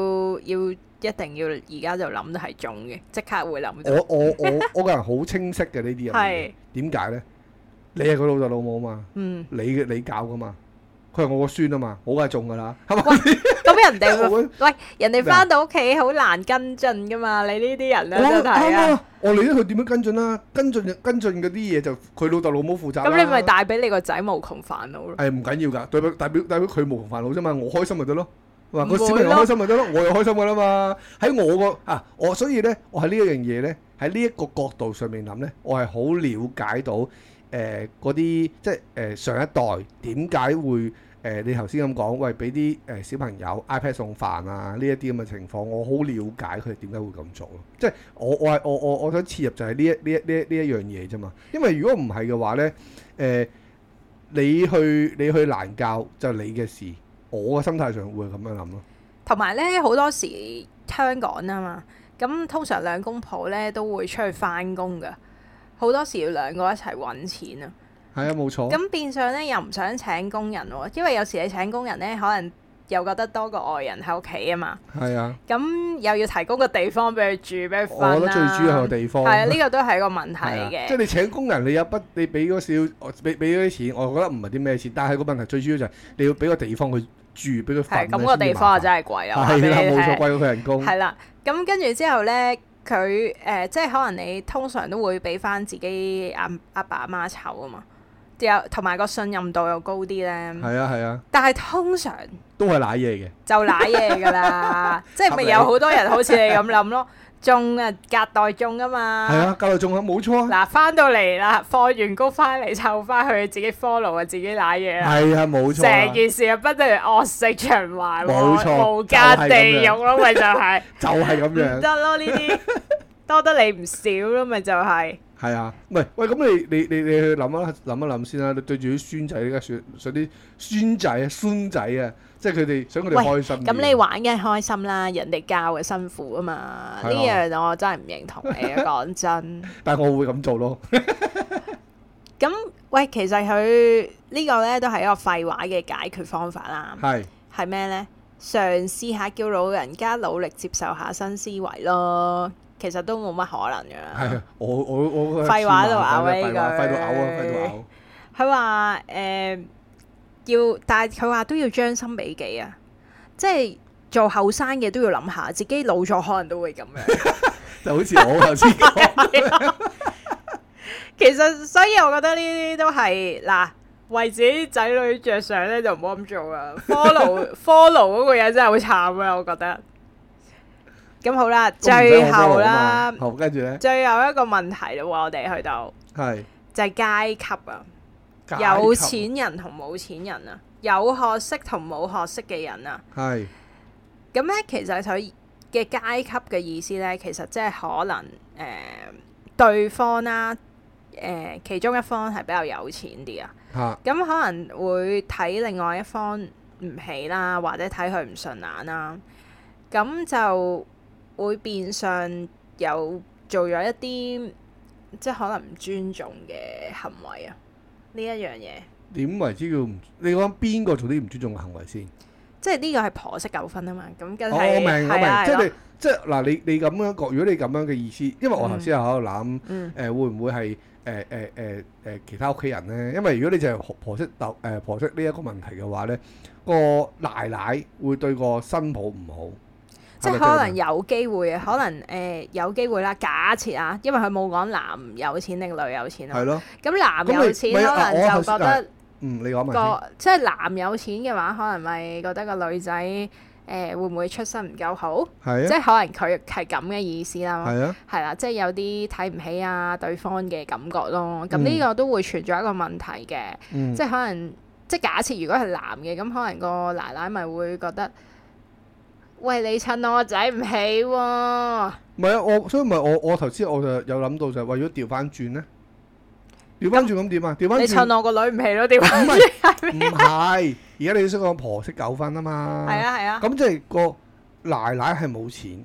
B: 要一定要而家就諗係中嘅，即刻會諗到。
C: 我
B: <laughs>
C: 我我我個人好清晰嘅呢啲
B: 係
C: 人，點解呢？你係佢老豆老母嘛，
B: 嗯，
C: 你嘅你教噶嘛，佢係我個孫啊嘛，我梗係中噶啦，係
B: 喂
C: 咪？
B: 咁人哋
C: <laughs> 我
B: 會喂人哋
C: 啊
B: 翻到屋企好難跟進噶嘛？你呢啲人
C: 我
B: 咧真係
C: 啱
B: 啊，
C: 啊！我理得佢點樣跟進啦，跟進跟進嗰啲嘢就佢老豆老母負責啦。
B: 咁你咪帶俾你個仔無窮煩惱咯。
C: 係唔緊要㗎，代表代表代表佢無窮煩惱啫嘛，我開心咪得咯。話
B: 唔
C: 個
B: 會
C: 小朋友
B: 咯
C: 開心咪得咯，我又開心㗎啦嘛。喺我個啊，我所以咧，我喺呢一樣嘢咧，喺呢一個角度上面諗咧，我係好了解到誒嗰啲即係誒、呃上一代點解會誒、呃你頭先咁講，喂俾啲誒小朋友 iPad 送飯啊呢一啲咁嘅情況，我好了解佢哋點解會咁做咯。即係我我係我我我想切入就係呢一呢一呢一呢一樣嘢啫嘛。因為如果唔係嘅話咧，誒、你去你去難教就你嘅事，我嘅心態上會咁樣諗咯。
B: 同埋咧，好多時香港啊嘛，咁通常兩公婆咧都會出去翻工噶，好多時要兩個一齊揾錢啊。
C: 係啊，冇錯。
B: 咁變相咧又唔想請工人喎，因為有時你請工人咧，可能又覺得多個外人喺屋企啊嘛，
C: 係啊，
B: 咁又要提供個地方俾佢住，俾佢瞓
C: 哦我覺得最主要係
B: 係
C: 個地方。
B: 係啊，呢個都係一個問題
C: 係啊即係
B: 嘅。
C: 你請工人，你有筆，你俾嗰少，俾俾嗰啲錢，我覺得唔係啲咩錢，但係個問題最主要就係你要俾個地方佢住，俾佢瞓。
B: 係咁個地方啊，真
C: 係
B: 係貴啊！我話俾
C: 係啦，
B: 你
C: 冇
B: 聽
C: 錯，貴過佢人工。
B: 係啦，咁跟住之後咧，佢誒、呃即係可能你通常都會俾翻自己阿阿爸阿媽湊啊嘛，有同埋個信任度又高啲咧。
C: 係啊，係啊，
B: 但係通常
C: 都係賴嘢嘅。
B: 就賴嘢㗎啦，即係咪有好多人好似你咁諗咯，中啊隔代中啊嘛。
C: 係啊，教育仲係冇錯啊。
B: 嗱，翻到嚟啦，放完工翻嚟湊翻去，自己 follow 啊，自己賴嘢啦，
C: 係啊，冇錯啊
B: 成。件事啊，不斷惡性循環喎，
C: 冇錯
B: 無間
C: 就係咁樣
B: 地獄咯，咪就係。
C: 就係咁
B: 唔 <laughs>
C: 樣。
B: 得咯，呢啲多得你唔少咯，咪就係
C: 係啊，唔係喂，咁你你你你去諗一諗一諗先啦。你對住啲孫仔，而家想想啲孫仔啊、孫仔啊，即係佢哋想佢哋
B: 喂
C: 開心啲。
B: 咁你玩嘅開心啦，人哋教嘅辛苦啊嘛，
C: 係
B: 呢
C: 啊
B: 樣我真係唔認同你啊，講 <laughs> 真。
C: 但係我會咁做咯。
B: 咁喂，其實佢呢個呢都係一個廢話嘅解決方法啦，
C: 係
B: 係咩呢？嘗試下叫老人家努力接受下新思維咯，其實都冇乜可能㗎啦。
C: 係啊，我我我我
B: 廢話都話喂
C: 廢話
B: 佢
C: 廢到嘔啊，廢到嘔。
B: 佢話誒要，但係佢話都要將心比己啊，即係做後生嘅都要諗下，自己老咗可能都會咁樣。
C: 就好似我頭先講，
B: 其實所以我覺得呢啲都係嗱，為自己仔女着想咧就唔好咁做啊。follow <laughs> follow 嗰個嘢真係好慘啊，我覺得。咁好啦，最後啦，
C: 好跟住咧
B: 最後一個問題咯喎，我哋去到
C: 係
B: 就係階級啊。有錢人同冇錢人啊，有學識同冇學識嘅人啊，
C: 係
B: 咁咧其實佢嘅階級嘅意思咧，其實即係可能誒、呃、對方啦、誒、其中一方係比較有錢啲啊，
C: 嚇
B: 咁可能會睇另外一方唔起啦，或者睇佢唔順眼啦，咁就會變相有做咗一啲即係可能唔尊重嘅行為啊，呢一樣嘢
C: 點為之叫唔？你講邊個做啲唔尊重嘅行為先？
B: 即係呢個係婆媳糾紛啊嘛，咁梗
C: 我哦我
B: 係
C: 明我明，
B: 係啊
C: 即係
B: 係咯
C: 你即係嗱，你你咁樣講，如果你咁樣嘅意思，因為我頭先喺度諗
B: 嗯
C: 誒，會唔會係誒誒誒誒其他屋企人咧？因為如果你就係婆婆媳鬥誒婆媳呢一個問題嘅話咧，個奶奶會對個新抱唔好，
B: 即
C: 係
B: 係
C: 咪
B: 可
C: 咁啊
B: 能
C: 樣
B: 有機會啊，可能誒、呃有機會啦。假設啊，因為佢冇講男有錢定女有錢
C: 係
B: 啊。
C: 咯，
B: 咁男
C: 咁你
B: 有錢
C: 咪啊我
B: 可能
C: 頭
B: 就
C: 先
B: 覺得
C: 嗯，你講埋先。
B: 個即係男有錢嘅話，可能咪覺得個女仔誒、呃、會唔會出身唔夠好？
C: 係
B: 即
C: 啊，
B: 係可能佢係咁嘅意思啦。
C: 係啊，
B: 係啦，即係有啲睇唔起啊對方嘅感覺咯。咁
C: 嗯
B: 呢個都會存在一個問題嘅。
C: 嗯，
B: 即係可能即係假設如果係男嘅，咁可能個奶奶咪會覺得，喂你襯我仔唔起喎，
C: 唔係啊，我所以唔係我我頭先我就有諗到就係為咗調翻轉咧，調翻轉咁點啊？調翻
B: 你
C: 轉
B: 襯我個女唔起咯，點解？
C: 唔
B: <laughs>
C: 嗯
B: 係
C: 唔係，而家你想講婆媳糾紛啊嘛？
B: 係啊係啊，
C: 咁即係個奶奶係冇錢，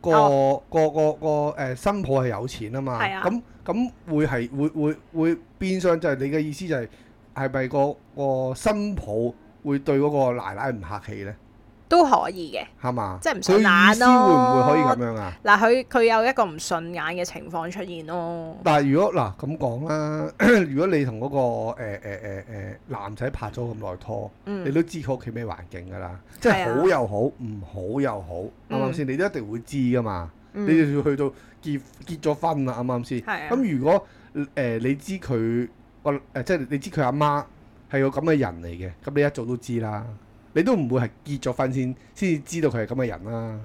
C: 個、
B: 哦
C: 個個個誒新抱係有錢啊嘛。
B: 係啊
C: 咁咁、會係會會會變相就係你嘅意思就係係咪個個新抱會對嗰個奶奶唔客氣咧？
B: 都可以嘅。
C: 係嘛？
B: 即係唔
C: 佢
B: 順
C: 意
B: 眼
C: 思
B: 咯
C: 會唔會可以咁樣啊？
B: 嗱，佢佢有一個唔順眼嘅情況出現咯，
C: 但如果嗱咁講啦， <clears throat> 如果你同嗰、個誒誒誒誒男仔拍咗咁耐拖，你
B: 嗯，
C: 都知佢屋企咩環境㗎啦，即係
B: 係啊
C: 好又好，唔好又好，啱唔啱
B: 嗯
C: 先？你都一定會知㗎嘛。
B: 嗯
C: 你就要去到結結咗婚啦，啱唔啱先？
B: 係啊
C: 咁如果誒、呃你知佢個誒，即係你知佢阿媽係個咁嘅人嚟嘅，咁你一早都知啦。你都唔會係結咗婚先先至知道佢係咁嘅人啦。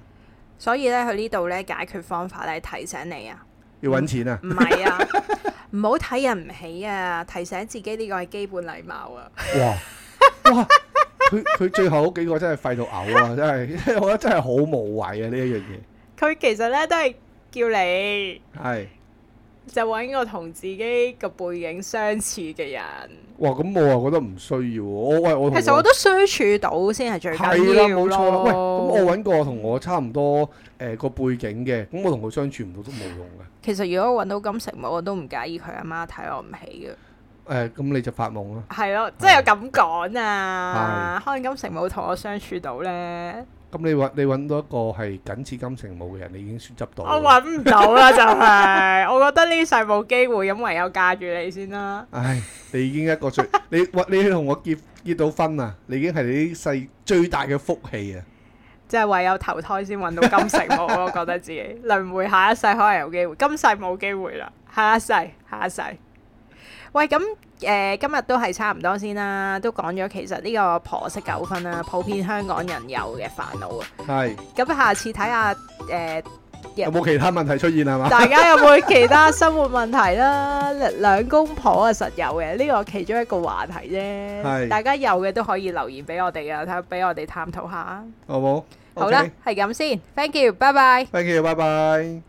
B: 所以咧佢呢度咧解決方法咧提醒你啊，
C: 要揾錢啊！
B: 唔係啊， <laughs> 唔好睇人唔起啊，提醒自己呢個係基本禮貌啊。
C: 哇哇！佢佢最後嗰幾個真係廢到嘔啊！ <laughs> 真係，我覺得真係好無謂啊！呢一樣嘢
B: 佢其實咧都係叫你。
C: 係
B: 就揾個同自己個背景相似嘅人。
C: 哇！咁我啊覺得唔需要喎。我喂我
B: 其
C: 同
B: 實我都相處到先係最
C: 哦
B: 緊
C: 係啦，
B: 要
C: 冇錯啦。喂，咁我
B: 我
C: 揾個同我差唔多誒個、背景嘅，咁我同佢相處唔到都冇用嘅。
B: 其實如果揾到金城武，我都唔介意佢阿媽睇我唔起嘅。
C: 誒、咁你就發夢啦。
B: 係咯，即係有咁講啊！可能金城武同我相處到呢，
C: 咁你揾你揾到一個係僅似金城武嘅人，你已經選執到
B: 我
C: 啦。
B: 揾唔到啦，就係我覺得呢世冇機會，咁唯有嫁住你先啦。
C: 唉，你已經一個最 <laughs> 你喂你同我結結到婚啊，你已經係你啲世最大嘅福氣啊！
B: 即係唯有投胎先揾到金城武，我覺得自己輪迴下一世可能有機會，今世冇機會啦，下一世，下一世。喂，咁誒、呃今日都係差唔多先啦，都講咗其實呢個婆媳糾紛啦，普遍香港人有嘅煩惱啊。
C: 係
B: 咁下次睇下誒
C: 有冇其他問題出現啊係嘛？
B: 大家有冇其他生活問題啦？兩公婆啊實有嘅，呢個其中一個話題啫。
C: 係
B: 大家有嘅都可以留言俾我哋啊，睇下俾我哋探討下。
C: 好冇？
B: 好啦，係咁先，thank you，拜拜。
C: ，thank you，拜拜。